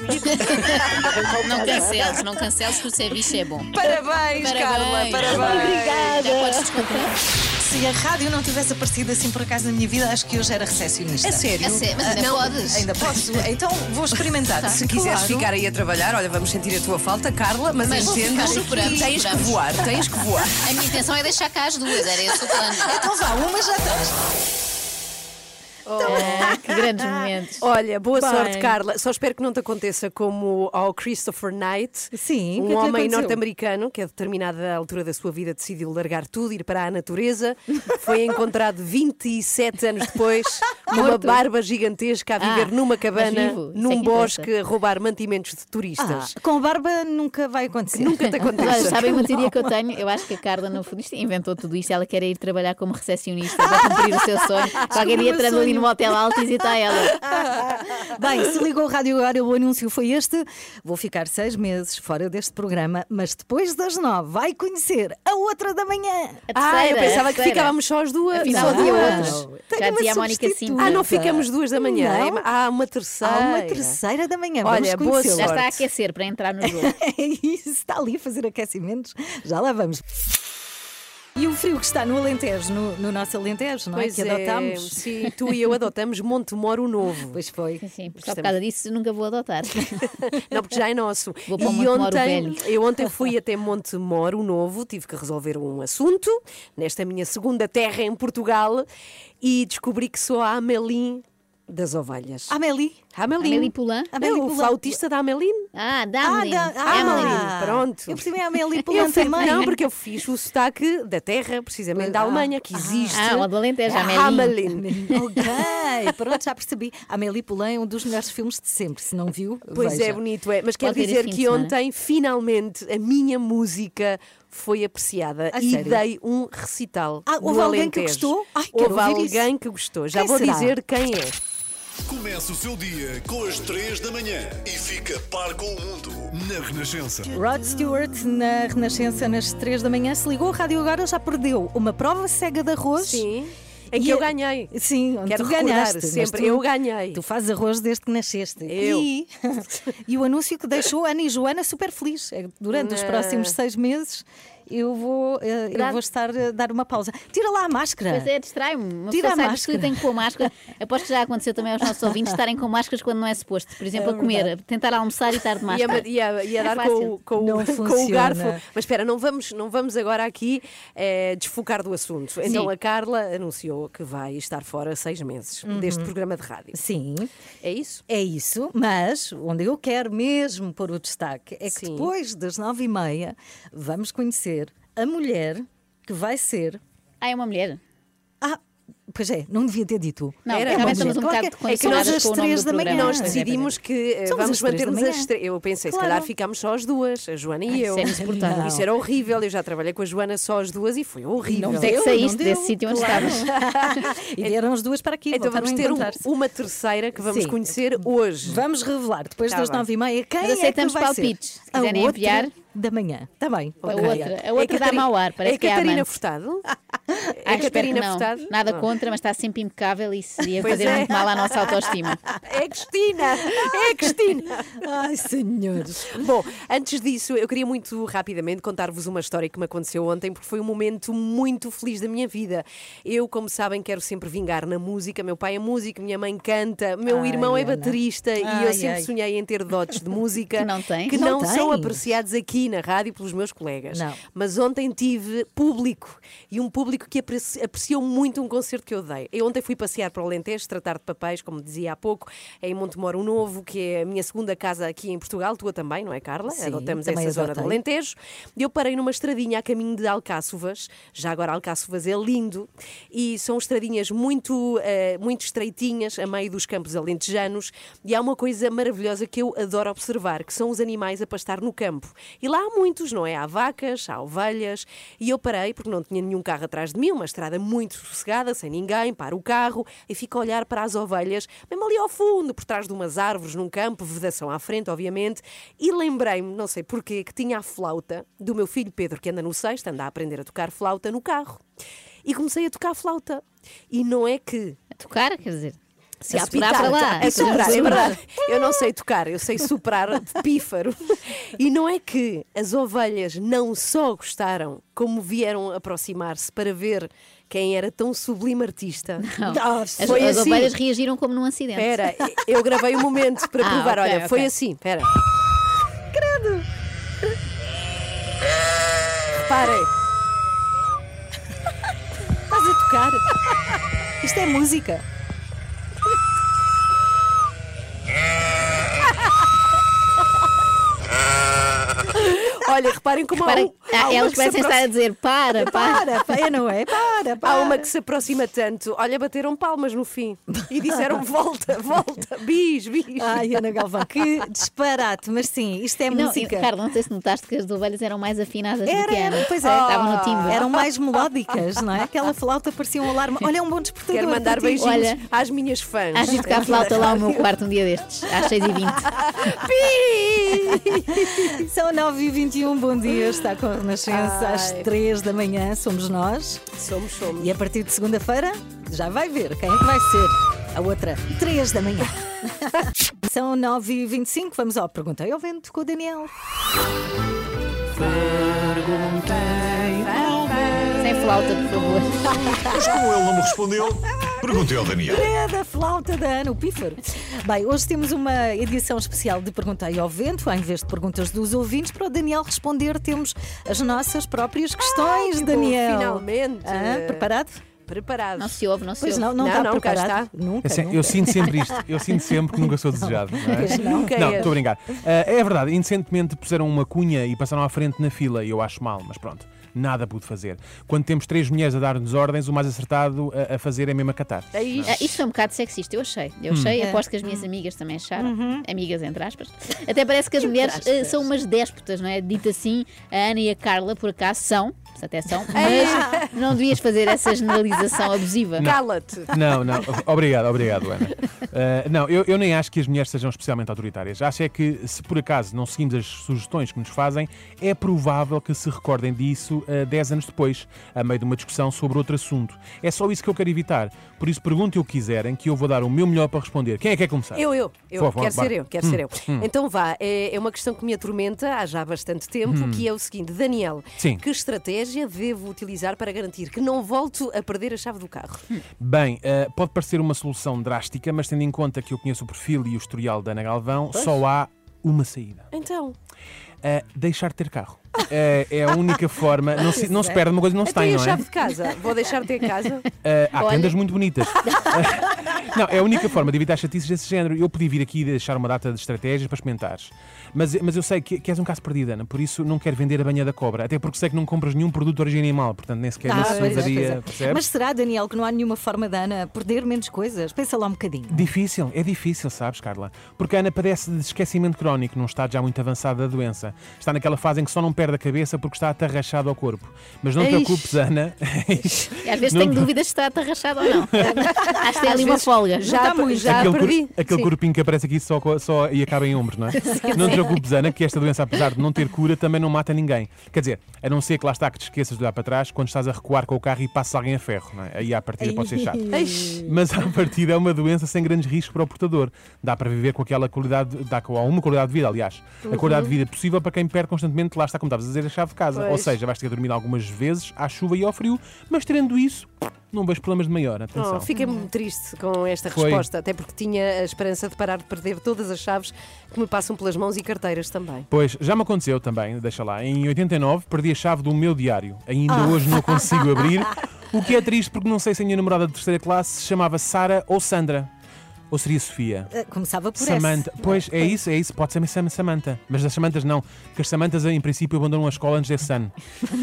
[SPEAKER 4] Não canceles, não canceles, porque o serviço é bom.
[SPEAKER 2] Parabéns, Carla,
[SPEAKER 4] Parabéns.
[SPEAKER 2] parabéns.
[SPEAKER 4] Já podes descontar.
[SPEAKER 2] Se a rádio não tivesse aparecido assim por acaso na minha vida, acho que eu já era recepcionista.
[SPEAKER 3] A sério?
[SPEAKER 4] É sério, mas ainda podes.
[SPEAKER 2] Ainda posso? Então vou experimentar.
[SPEAKER 3] Se quiseres
[SPEAKER 2] Claro.
[SPEAKER 3] ficar aí a trabalhar, olha, vamos sentir a tua falta, Carla, mas
[SPEAKER 4] Mas
[SPEAKER 3] entenda
[SPEAKER 4] ficamos,
[SPEAKER 3] que
[SPEAKER 4] superamos,
[SPEAKER 3] tens que
[SPEAKER 4] superamos.
[SPEAKER 3] voar, tens que voar.
[SPEAKER 4] A minha intenção é deixar cá as duas, era esse o plano.
[SPEAKER 2] Então vá, uma já estás.
[SPEAKER 5] Então,
[SPEAKER 4] que grandes momentos.
[SPEAKER 3] Olha, boa
[SPEAKER 2] Bem.
[SPEAKER 3] sorte, Carla. Só espero que não te aconteça como ao Christopher Knight,
[SPEAKER 2] Sim,
[SPEAKER 3] um
[SPEAKER 2] o que é que lhe
[SPEAKER 3] homem
[SPEAKER 2] aconteceu?
[SPEAKER 3] norte-americano que, a determinada altura da sua vida, decidiu largar tudo, ir para a natureza. Foi encontrado 27 anos depois, com uma
[SPEAKER 4] Morto.
[SPEAKER 3] barba gigantesca, a viver
[SPEAKER 4] Ah,
[SPEAKER 3] numa
[SPEAKER 4] mas vivo,
[SPEAKER 3] cabana,
[SPEAKER 4] isso é que
[SPEAKER 3] num
[SPEAKER 4] interessa.
[SPEAKER 3] bosque, a roubar mantimentos de
[SPEAKER 2] Ah,
[SPEAKER 3] turistas.
[SPEAKER 2] com barba nunca vai acontecer.
[SPEAKER 3] Nunca te
[SPEAKER 4] Olha,
[SPEAKER 3] aconteça.
[SPEAKER 4] sabem uma teoria que eu tenho? Eu acho que a Carla, no fundo, isto- inventou tudo isto. Ela quer ir trabalhar como recepcionista para cumprir o seu sonho. Qualquer dia
[SPEAKER 2] meu
[SPEAKER 4] entrando ali
[SPEAKER 2] sonho. Ah,
[SPEAKER 4] no hotel alto e está ela.
[SPEAKER 2] Bem, se ligou o rádio agora, o anúncio foi este. Vou ficar seis meses fora deste programa, mas depois das nove vai conhecer a outra da manhã.
[SPEAKER 4] A
[SPEAKER 3] Ah, eu
[SPEAKER 4] terceira, a
[SPEAKER 3] pensava que
[SPEAKER 4] terceira.
[SPEAKER 3] ficávamos só as duas.
[SPEAKER 4] Afinal,
[SPEAKER 3] só
[SPEAKER 4] não,
[SPEAKER 3] duas.
[SPEAKER 4] não.
[SPEAKER 2] Tenho
[SPEAKER 4] Já
[SPEAKER 2] uma
[SPEAKER 4] dizia a Mónica
[SPEAKER 2] substituta.
[SPEAKER 4] Simples.
[SPEAKER 3] Ah, não ficamos duas da manhã.
[SPEAKER 2] Não.
[SPEAKER 3] Há uma terceira.
[SPEAKER 2] É Há uma terceira da manhã.
[SPEAKER 3] Olha, boa
[SPEAKER 2] Vamos conhecê-la.
[SPEAKER 4] Já
[SPEAKER 3] sorte.
[SPEAKER 4] está a aquecer para entrar no jogo.
[SPEAKER 2] É isso, está ali a fazer aquecimentos. Já lá vamos. E o frio que está no Alentejo, no, no nosso Alentejo, não
[SPEAKER 3] Pois
[SPEAKER 2] é? Que adotámos.
[SPEAKER 3] Sim, tu e eu adotamos Montemoro Novo.
[SPEAKER 2] Pois foi.
[SPEAKER 4] Sim, porque só por causa disso nunca vou adotar.
[SPEAKER 3] Não, porque já é nosso.
[SPEAKER 4] Vou para o
[SPEAKER 3] e
[SPEAKER 4] Montemoro
[SPEAKER 3] ontem,
[SPEAKER 4] velho.
[SPEAKER 3] eu ontem fui até Montemoro Novo, tive que resolver um assunto nesta minha segunda terra em Portugal e descobri que sou a Amelim das ovelhas.
[SPEAKER 2] Amélie.
[SPEAKER 3] Amelim.
[SPEAKER 4] Amélie Poulain?
[SPEAKER 3] É
[SPEAKER 2] Amélie
[SPEAKER 3] o
[SPEAKER 2] Ah, Poulain.
[SPEAKER 3] flautista da Amelim.
[SPEAKER 4] Ah, Damlin.
[SPEAKER 2] da- ah,
[SPEAKER 4] Emily.
[SPEAKER 2] Ah,
[SPEAKER 3] pronto.
[SPEAKER 2] Eu percebi a Amélie
[SPEAKER 3] Eu
[SPEAKER 2] Poulain
[SPEAKER 3] fiz-
[SPEAKER 2] também.
[SPEAKER 3] Não, porque eu fiz o sotaque da terra, precisamente da Alemanha, que existe.
[SPEAKER 4] Ah, o do Alentejo, a Amélie.
[SPEAKER 3] Amelim.
[SPEAKER 2] ok, pronto, já percebi. Amélie Poulain é um dos melhores filmes de sempre. Se não viu,
[SPEAKER 3] Pois
[SPEAKER 2] veja.
[SPEAKER 3] é, bonito, é. Mas quero
[SPEAKER 4] Pode ter
[SPEAKER 3] dizer
[SPEAKER 4] este fim de
[SPEAKER 3] que
[SPEAKER 4] semana.
[SPEAKER 3] ontem, finalmente, a minha música foi apreciada
[SPEAKER 2] A
[SPEAKER 3] e
[SPEAKER 2] sério?
[SPEAKER 3] dei um recital.
[SPEAKER 2] Ah,
[SPEAKER 3] do
[SPEAKER 2] houve alguém que
[SPEAKER 3] Alentejo.
[SPEAKER 2] gostou? Ai, quero
[SPEAKER 3] houve
[SPEAKER 2] ouvir
[SPEAKER 3] alguém
[SPEAKER 2] isso.
[SPEAKER 3] que gostou. Já
[SPEAKER 2] Quem
[SPEAKER 3] vou
[SPEAKER 2] será?
[SPEAKER 3] dizer quem é.
[SPEAKER 1] Comece o seu dia com as 3 da manhã e fica par com o mundo na Renascença.
[SPEAKER 2] Rod Stewart na Renascença às três da manhã se ligou. A rádio agora já perdeu uma prova cega de arroz.
[SPEAKER 3] Sim. É que
[SPEAKER 2] E
[SPEAKER 3] eu
[SPEAKER 2] a-
[SPEAKER 3] ganhei.
[SPEAKER 2] Sim, onde
[SPEAKER 3] Quero
[SPEAKER 2] tu
[SPEAKER 3] recordar
[SPEAKER 2] ganhaste. mas
[SPEAKER 3] sempre,
[SPEAKER 2] tu-
[SPEAKER 3] eu ganhei.
[SPEAKER 2] Tu fazes arroz desde que nasceste.
[SPEAKER 3] Eu.
[SPEAKER 2] E, e o anúncio que deixou Ana e Joana super felizes. É que Durante os
[SPEAKER 3] Não.
[SPEAKER 2] próximos seis meses eu vou, eh, eu
[SPEAKER 4] Dá-
[SPEAKER 2] vou estar a dar uma pausa. Tira lá a máscara.
[SPEAKER 4] Pois é, distrai-me. Uma pessoa sai
[SPEAKER 2] Tira a
[SPEAKER 4] do
[SPEAKER 2] máscara.
[SPEAKER 4] estúdio e tem que pôr máscara. Aposto que já aconteceu também aos nossos ouvintes estarem com máscaras quando não é suposto. Por exemplo, a comer, a tentar almoçar e estar de
[SPEAKER 3] E a,
[SPEAKER 4] máscara.
[SPEAKER 3] e a- e a
[SPEAKER 4] É
[SPEAKER 3] dar
[SPEAKER 4] fácil.
[SPEAKER 3] com, o- com,
[SPEAKER 2] Não
[SPEAKER 3] o- com o
[SPEAKER 2] funciona.
[SPEAKER 3] garfo. Mas espera, não vamos, não vamos agora aqui eh, desfocar do assunto. Então a Carla anunciou que vai estar fora seis meses deste programa de rádio.
[SPEAKER 2] Sim,
[SPEAKER 3] É isso?
[SPEAKER 2] Uhum. é isso, mas onde eu quero mesmo pôr o destaque é que
[SPEAKER 3] Sim.
[SPEAKER 2] depois das nove e meia vamos conhecer a mulher que vai ser.
[SPEAKER 4] Ah, é uma mulher.
[SPEAKER 2] Ah, pois é, não devia ter dito.
[SPEAKER 4] Não,
[SPEAKER 2] Era
[SPEAKER 4] realmente
[SPEAKER 2] uma
[SPEAKER 4] estamos um
[SPEAKER 2] mulher.
[SPEAKER 4] bocado
[SPEAKER 2] é que nós
[SPEAKER 4] condicionadas
[SPEAKER 2] às
[SPEAKER 4] com o nome
[SPEAKER 2] três
[SPEAKER 4] do
[SPEAKER 2] da manhã.
[SPEAKER 4] programa.
[SPEAKER 3] Nós
[SPEAKER 4] Pois é,
[SPEAKER 3] decidimos que eh,
[SPEAKER 2] Somos
[SPEAKER 3] vamos
[SPEAKER 2] as três da
[SPEAKER 3] manter-nos
[SPEAKER 2] manhã.
[SPEAKER 3] as três. Eu pensei, se
[SPEAKER 2] Claro.
[SPEAKER 3] calhar ficámos só as duas, a Joana e eu.
[SPEAKER 4] Ah, isso era insuportável.
[SPEAKER 3] Isso era horrível. Eu já trabalhei com a Joana só as duas e foi horrível.
[SPEAKER 4] Não tem que
[SPEAKER 2] deu,
[SPEAKER 4] saíste
[SPEAKER 2] não deu,
[SPEAKER 4] desse sítio onde
[SPEAKER 2] claro.
[SPEAKER 4] estavas.
[SPEAKER 2] E vieram as duas para aqui.
[SPEAKER 3] Então
[SPEAKER 2] voltaram
[SPEAKER 3] vamos
[SPEAKER 2] a
[SPEAKER 3] ter um-
[SPEAKER 2] encontrar-se.
[SPEAKER 3] uma terceira que vamos
[SPEAKER 2] Sim.
[SPEAKER 3] conhecer hoje.
[SPEAKER 2] Vamos revelar depois
[SPEAKER 3] Tá
[SPEAKER 2] das
[SPEAKER 3] bem.
[SPEAKER 2] nove e meia quem
[SPEAKER 4] Mas
[SPEAKER 2] é que
[SPEAKER 4] aceitamos
[SPEAKER 2] vai
[SPEAKER 4] palpites.
[SPEAKER 2] ser
[SPEAKER 4] Se quiserem
[SPEAKER 2] a outra
[SPEAKER 4] enviar.
[SPEAKER 2] da manhã. Está bem.
[SPEAKER 4] A
[SPEAKER 2] ok.
[SPEAKER 4] outra, a outra dá
[SPEAKER 3] Catari-
[SPEAKER 4] mau ar, parece
[SPEAKER 3] é
[SPEAKER 4] que é a
[SPEAKER 3] Catarina
[SPEAKER 4] amante.
[SPEAKER 3] Furtado?
[SPEAKER 4] Ah,
[SPEAKER 3] é
[SPEAKER 4] espero que
[SPEAKER 3] Catarina
[SPEAKER 4] não.
[SPEAKER 3] Furtado?
[SPEAKER 4] Nada
[SPEAKER 3] Não.
[SPEAKER 4] contra, mas está sempre impecável e isso ia
[SPEAKER 3] Pois
[SPEAKER 4] fazer
[SPEAKER 3] é.
[SPEAKER 4] muito mal à nossa autoestima.
[SPEAKER 3] É Cristina! É Cristina!
[SPEAKER 2] Ai, senhores.
[SPEAKER 3] Bom, antes disso, eu queria muito rapidamente contar-vos uma história que me aconteceu ontem, porque foi um momento muito feliz da minha vida. Eu, como sabem, quero sempre vingar na música. Meu pai é músico, minha mãe canta, meu
[SPEAKER 2] Ai,
[SPEAKER 3] irmão é
[SPEAKER 2] Ana.
[SPEAKER 3] baterista e
[SPEAKER 2] Ai,
[SPEAKER 3] eu sempre
[SPEAKER 2] ai.
[SPEAKER 3] sonhei em ter dotes de música
[SPEAKER 4] Que não tens.
[SPEAKER 3] que
[SPEAKER 2] Não
[SPEAKER 3] não são
[SPEAKER 2] tens.
[SPEAKER 3] apreciados aqui na rádio pelos meus colegas.
[SPEAKER 2] Não.
[SPEAKER 3] Mas ontem tive público e um público que apreci- apreciou muito um concerto que eu dei. Eu ontem fui passear para o Alentejo, tratar de papéis, como dizia há pouco, em Montemoro Novo, que é a minha segunda casa aqui em Portugal, tua também, não é, Carla?
[SPEAKER 2] Sim,
[SPEAKER 3] Adotamos
[SPEAKER 2] também
[SPEAKER 3] essa zona do
[SPEAKER 2] adotei.
[SPEAKER 3] Alentejo. E eu parei numa estradinha a caminho de Alcáçovas. Já agora Alcáçovas é lindo e são estradinhas muito, eh, muito estreitinhas a meio dos campos alentejanos. E há uma coisa maravilhosa que eu adoro observar, que são os animais a pastar no campo. E lá há muitos, não é? Há vacas, há ovelhas. E eu parei, porque não tinha nenhum carro atrás de mim, uma estrada muito sossegada, sem ninguém, para o carro e fico a olhar para as ovelhas, mesmo ali ao fundo, por trás de umas árvores, num campo, vedação à frente, obviamente. E lembrei-me, não sei porquê, que tinha a flauta do meu filho Pedro, que anda no sexto, anda a aprender a tocar flauta no carro. E comecei a tocar flauta. E não é que
[SPEAKER 4] A tocar, quer dizer, se
[SPEAKER 3] a
[SPEAKER 4] a soprar para
[SPEAKER 3] apitar,
[SPEAKER 4] lá.
[SPEAKER 3] A soprar, é verdade. Eu não sei tocar, eu sei soprar de pífaro. E não é que as ovelhas não só gostaram, como vieram aproximar-se para ver quem era tão sublime artista.
[SPEAKER 4] Não. As,
[SPEAKER 3] Foi
[SPEAKER 4] as
[SPEAKER 3] assim.
[SPEAKER 4] ovelhas reagiram como num acidente.
[SPEAKER 3] Espera, eu gravei o momento para
[SPEAKER 4] Ah,
[SPEAKER 3] provar.
[SPEAKER 4] ok,
[SPEAKER 3] Olha,
[SPEAKER 4] ok.
[SPEAKER 3] foi assim, espera. Credo! Reparem. Estás a tocar?
[SPEAKER 2] Isto é música.
[SPEAKER 3] Olha, reparem como há,
[SPEAKER 4] Para,
[SPEAKER 3] um, há
[SPEAKER 4] ah,
[SPEAKER 3] uma
[SPEAKER 4] elas
[SPEAKER 3] que se
[SPEAKER 4] parecem estar a dizer para, para.
[SPEAKER 2] Para, para, não é? Para, para.
[SPEAKER 3] Há uma que se aproxima tanto. Olha, bateram palmas no fim e disseram volta, volta, bis, bis.
[SPEAKER 2] Ai, Ana Galvão, que disparate, mas sim, isto é
[SPEAKER 4] Não, e,
[SPEAKER 2] música.
[SPEAKER 4] Carla, não sei se notaste que as ovelhas eram mais afinadas do
[SPEAKER 2] Era,
[SPEAKER 4] que a Ana.
[SPEAKER 2] era, pois é.
[SPEAKER 4] Estavam no timbre.
[SPEAKER 2] Eram mais melódicas, não é? Aquela flauta parecia um alarme. Olha, é um bom despertador.
[SPEAKER 3] Quero mandar
[SPEAKER 2] para ti.
[SPEAKER 3] beijinhos
[SPEAKER 4] Olha,
[SPEAKER 3] às minhas fãs.
[SPEAKER 4] Acho que tocar flauta lá ao meu quarto um dia destes, às 6h20.
[SPEAKER 2] São 9h21, bom dia. Está com a Renascença às 3 da manhã, somos nós.
[SPEAKER 3] Somos, somos.
[SPEAKER 2] E a partir de segunda-feira, já vai ver quem é que vai ser a outra 3 da manhã. São 9h25, vamos ao Perguntei ao Vento com o Daniel.
[SPEAKER 4] Sem flauta, por favor.
[SPEAKER 1] Mas como ele não me respondeu, perguntei ao Daniel.
[SPEAKER 2] É da flauta da Ana, o pífaro. Bem, hoje temos uma edição especial de Perguntei ao Vento. Em vez de perguntas dos ouvintes, para o Daniel responder, temos as nossas próprias questões,
[SPEAKER 3] que bom,
[SPEAKER 2] Daniel.
[SPEAKER 3] finalmente.
[SPEAKER 2] Ah, preparado?
[SPEAKER 3] Preparado.
[SPEAKER 4] Não se ouve, não se
[SPEAKER 2] Pois
[SPEAKER 4] ouve.
[SPEAKER 2] não, não
[SPEAKER 3] Não,
[SPEAKER 2] está
[SPEAKER 3] não, cá
[SPEAKER 2] preparado.
[SPEAKER 3] está.
[SPEAKER 2] Nunca,
[SPEAKER 13] É assim,
[SPEAKER 2] nunca.
[SPEAKER 13] eu sinto sempre isto, eu sinto sempre que nunca sou desejado. Não, é?
[SPEAKER 3] Nunca
[SPEAKER 13] Não,
[SPEAKER 3] és.
[SPEAKER 13] estou a brincar. Ah, é verdade, indecentemente puseram uma cunha e passaram à frente na fila, e eu acho mal, mas pronto, nada pude fazer. Quando temos três mulheres a dar-nos ordens, o mais acertado a, a fazer é mesmo acatar.
[SPEAKER 3] É isto.
[SPEAKER 4] Ah, Isso foi um bocado sexista, eu achei. Eu achei, aposto que as minhas amigas também acharam. Amigas, entre aspas. Até parece que as mulheres ah, são umas déspotas, não é? Dito assim, a Ana e a Carla, por acaso, são. Até são, mas não devias fazer essa generalização abusiva.
[SPEAKER 3] Cala-te.
[SPEAKER 13] Não, não. Obrigado, obrigado, Ana. Ah, não, eu, eu nem acho que as mulheres sejam especialmente autoritárias. Acho é que, se por acaso não seguimos as sugestões que nos fazem, é provável que se recordem disso ah, 10 anos depois, a meio de uma discussão sobre outro assunto. É só isso que eu quero evitar. Por isso, perguntem o que quiserem, que eu vou dar o meu melhor para responder. Quem é que quer começar?
[SPEAKER 3] Eu, eu, eu.
[SPEAKER 13] Vou, vou,
[SPEAKER 3] quero
[SPEAKER 13] bora.
[SPEAKER 3] ser eu, quero ser eu.
[SPEAKER 13] Hum,
[SPEAKER 3] Então vá, é, é uma questão que me atormenta há já bastante tempo, que é o seguinte, Daniel,
[SPEAKER 13] Hum. Sim.
[SPEAKER 3] que estratégia devo utilizar para garantir que não volto a perder a chave do carro?
[SPEAKER 13] Bem, eh, pode parecer uma solução drástica, mas tendo em conta que eu conheço o perfil e o historial da Ana Galvão, só há uma saída.
[SPEAKER 3] Então,
[SPEAKER 13] Eh, deixar de ter carro. Eh, é a única forma. Não se, não se perde uma coisa que não se
[SPEAKER 3] então e
[SPEAKER 13] tem,
[SPEAKER 3] a
[SPEAKER 13] não é?
[SPEAKER 3] chave de casa? Vou deixar ter casa?
[SPEAKER 13] Eh, há
[SPEAKER 4] Olha.
[SPEAKER 13] tendas muito bonitas. não, é a única forma de evitar chatices desse género. Eu podia vir aqui e deixar uma data de estratégias para experimentares. Mas, mas eu sei que, que és um caso perdido, Ana, por isso não quero vender a banha da cobra. Até porque sei que não compras nenhum produto de origem animal, portanto nem sequer não
[SPEAKER 2] Ah,
[SPEAKER 13] se
[SPEAKER 2] pois é, pois
[SPEAKER 13] usaria.
[SPEAKER 2] é.
[SPEAKER 13] percebes?
[SPEAKER 2] Mas será, Daniel, que não há nenhuma forma da Ana perder menos coisas? Pensa lá um bocadinho.
[SPEAKER 13] Difícil, é difícil, sabes, Carla? Porque a Ana padece de esquecimento crónico num estado já muito avançado da doença. Está naquela fase em que só não perde a cabeça porque está atarrachado ao corpo. Mas não te
[SPEAKER 3] Eish.
[SPEAKER 13] preocupes, Ana.
[SPEAKER 4] E às vezes
[SPEAKER 13] Não-
[SPEAKER 4] tenho dúvidas se está atarrachado ou não. Acho que tem ali uma folga.
[SPEAKER 3] Já, já
[SPEAKER 13] aquele cor-
[SPEAKER 3] Ah, perdi.
[SPEAKER 13] aquele
[SPEAKER 3] Sim.
[SPEAKER 13] corpinho que aparece aqui só, co- só e acaba em ombros, não é? não te preocupes, Ana, que esta doença, apesar de não ter cura, também não mata ninguém. Quer dizer, a não ser que lá está que te esqueças de olhar para trás quando estás a recuar com o carro e passa alguém a ferro, não é? Aí à partida pode ser chato.
[SPEAKER 3] Eish.
[SPEAKER 13] Mas à partida é uma doença sem grandes riscos para o portador. Dá para viver com aquela qualidade, dá com uma qualidade de vida, aliás. A qualidade de vida é possível para quem perde constantemente, lá está, como estavas a dizer, a chave de casa. Ou
[SPEAKER 3] Uhum. Pois.
[SPEAKER 13] seja, vais ter que dormir algumas vezes à chuva e ao frio, mas tendo isso, não vejo problemas de maior. Atenção.
[SPEAKER 3] Oh, fiquei muito triste com esta
[SPEAKER 13] Foi.
[SPEAKER 3] resposta, até porque tinha a esperança de parar de perder todas as chaves que me passam pelas mãos e carteiras também.
[SPEAKER 13] Pois, já me aconteceu também, deixa lá. Em 89 perdi a chave do meu diário. Ainda hoje não consigo abrir. O que é triste porque não sei se a minha namorada de terceira classe se chamava Sara ou Sandra. Ou seria Sofia?
[SPEAKER 2] Ah, Começava por
[SPEAKER 13] Samantha.
[SPEAKER 2] S.
[SPEAKER 13] Pois, é isso, é isso. Pode ser Sam- Samantha. Mas das Samantas não. Porque as Samantas, em princípio, abandonam a escola antes desse ano.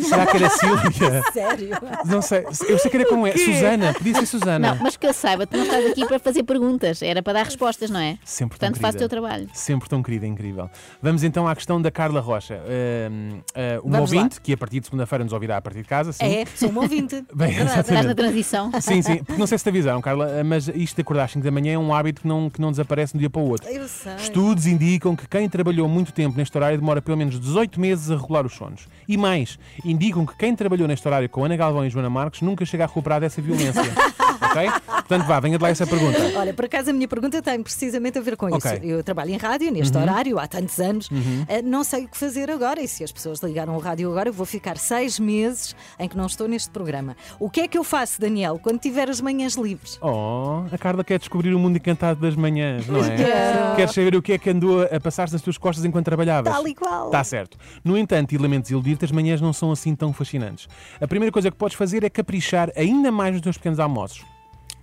[SPEAKER 13] Será que era Sílvia?
[SPEAKER 2] Sério?
[SPEAKER 13] Não sei. Eu sei que era como é. Susana. Podia ser Susana.
[SPEAKER 4] Não, mas que eu saiba, tu não estás aqui para fazer perguntas, era para dar respostas, não é?
[SPEAKER 13] Sempre tão
[SPEAKER 4] Portanto, faz o
[SPEAKER 13] querida.
[SPEAKER 4] teu trabalho.
[SPEAKER 13] Sempre tão querida, é incrível. Vamos então à questão da Carla Rocha. Um, uh, uma
[SPEAKER 2] Vamos lá.
[SPEAKER 13] ouvinte, que a partir de segunda-feira nos ouvirá a partir de casa, sim.
[SPEAKER 2] É, sou uma ouvinte.
[SPEAKER 13] Bem,
[SPEAKER 4] Estás na
[SPEAKER 13] exatamente.
[SPEAKER 4] transição.
[SPEAKER 13] Sim, sim, porque não sei se te avisaram, Carla, ah, mas isto de acordar às 5 da manhã é um hábito que não, que não desaparece de um dia para o outro.
[SPEAKER 2] Eu sei.
[SPEAKER 13] Estudos indicam que quem trabalhou muito tempo neste horário demora pelo menos 18 meses a regular os sonos. E mais, indicam que quem trabalhou neste horário com Ana Galvão e Joana Marques nunca chega a recuperar dessa violência. ok? Portanto, vá, venha de lá essa pergunta.
[SPEAKER 2] Olha, por acaso a minha pergunta tem precisamente a ver com
[SPEAKER 13] Ok. Uhum.
[SPEAKER 2] isso. Eu trabalho em rádio neste horário há tantos anos, Ah, não sei o que fazer agora. E se as pessoas ligaram o rádio agora, eu vou ficar seis meses em que não estou neste programa. O que é que eu faço, Daniel, quando tiver as manhãs livres?
[SPEAKER 13] Oh, a Carla quer descobrir o mundo encantado das manhãs, não é? Quero. Queres saber o que é que andou a passar-se nas tuas costas enquanto trabalhavas?
[SPEAKER 2] Tal e qual.
[SPEAKER 13] Está certo. No entanto, e lamento desiludir-te, as manhãs não são assim tão fascinantes. A primeira coisa que podes fazer é caprichar ainda mais nos teus pequenos almoços.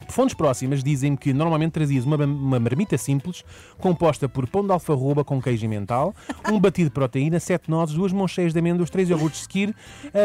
[SPEAKER 13] Fontes próximas dizem que normalmente trazias uma, uma marmita simples, composta por pão de alfarroba com queijo e mental, um batido de proteína, sete nozes, duas mãos cheias de amêndoas, três iogurtes de seguir,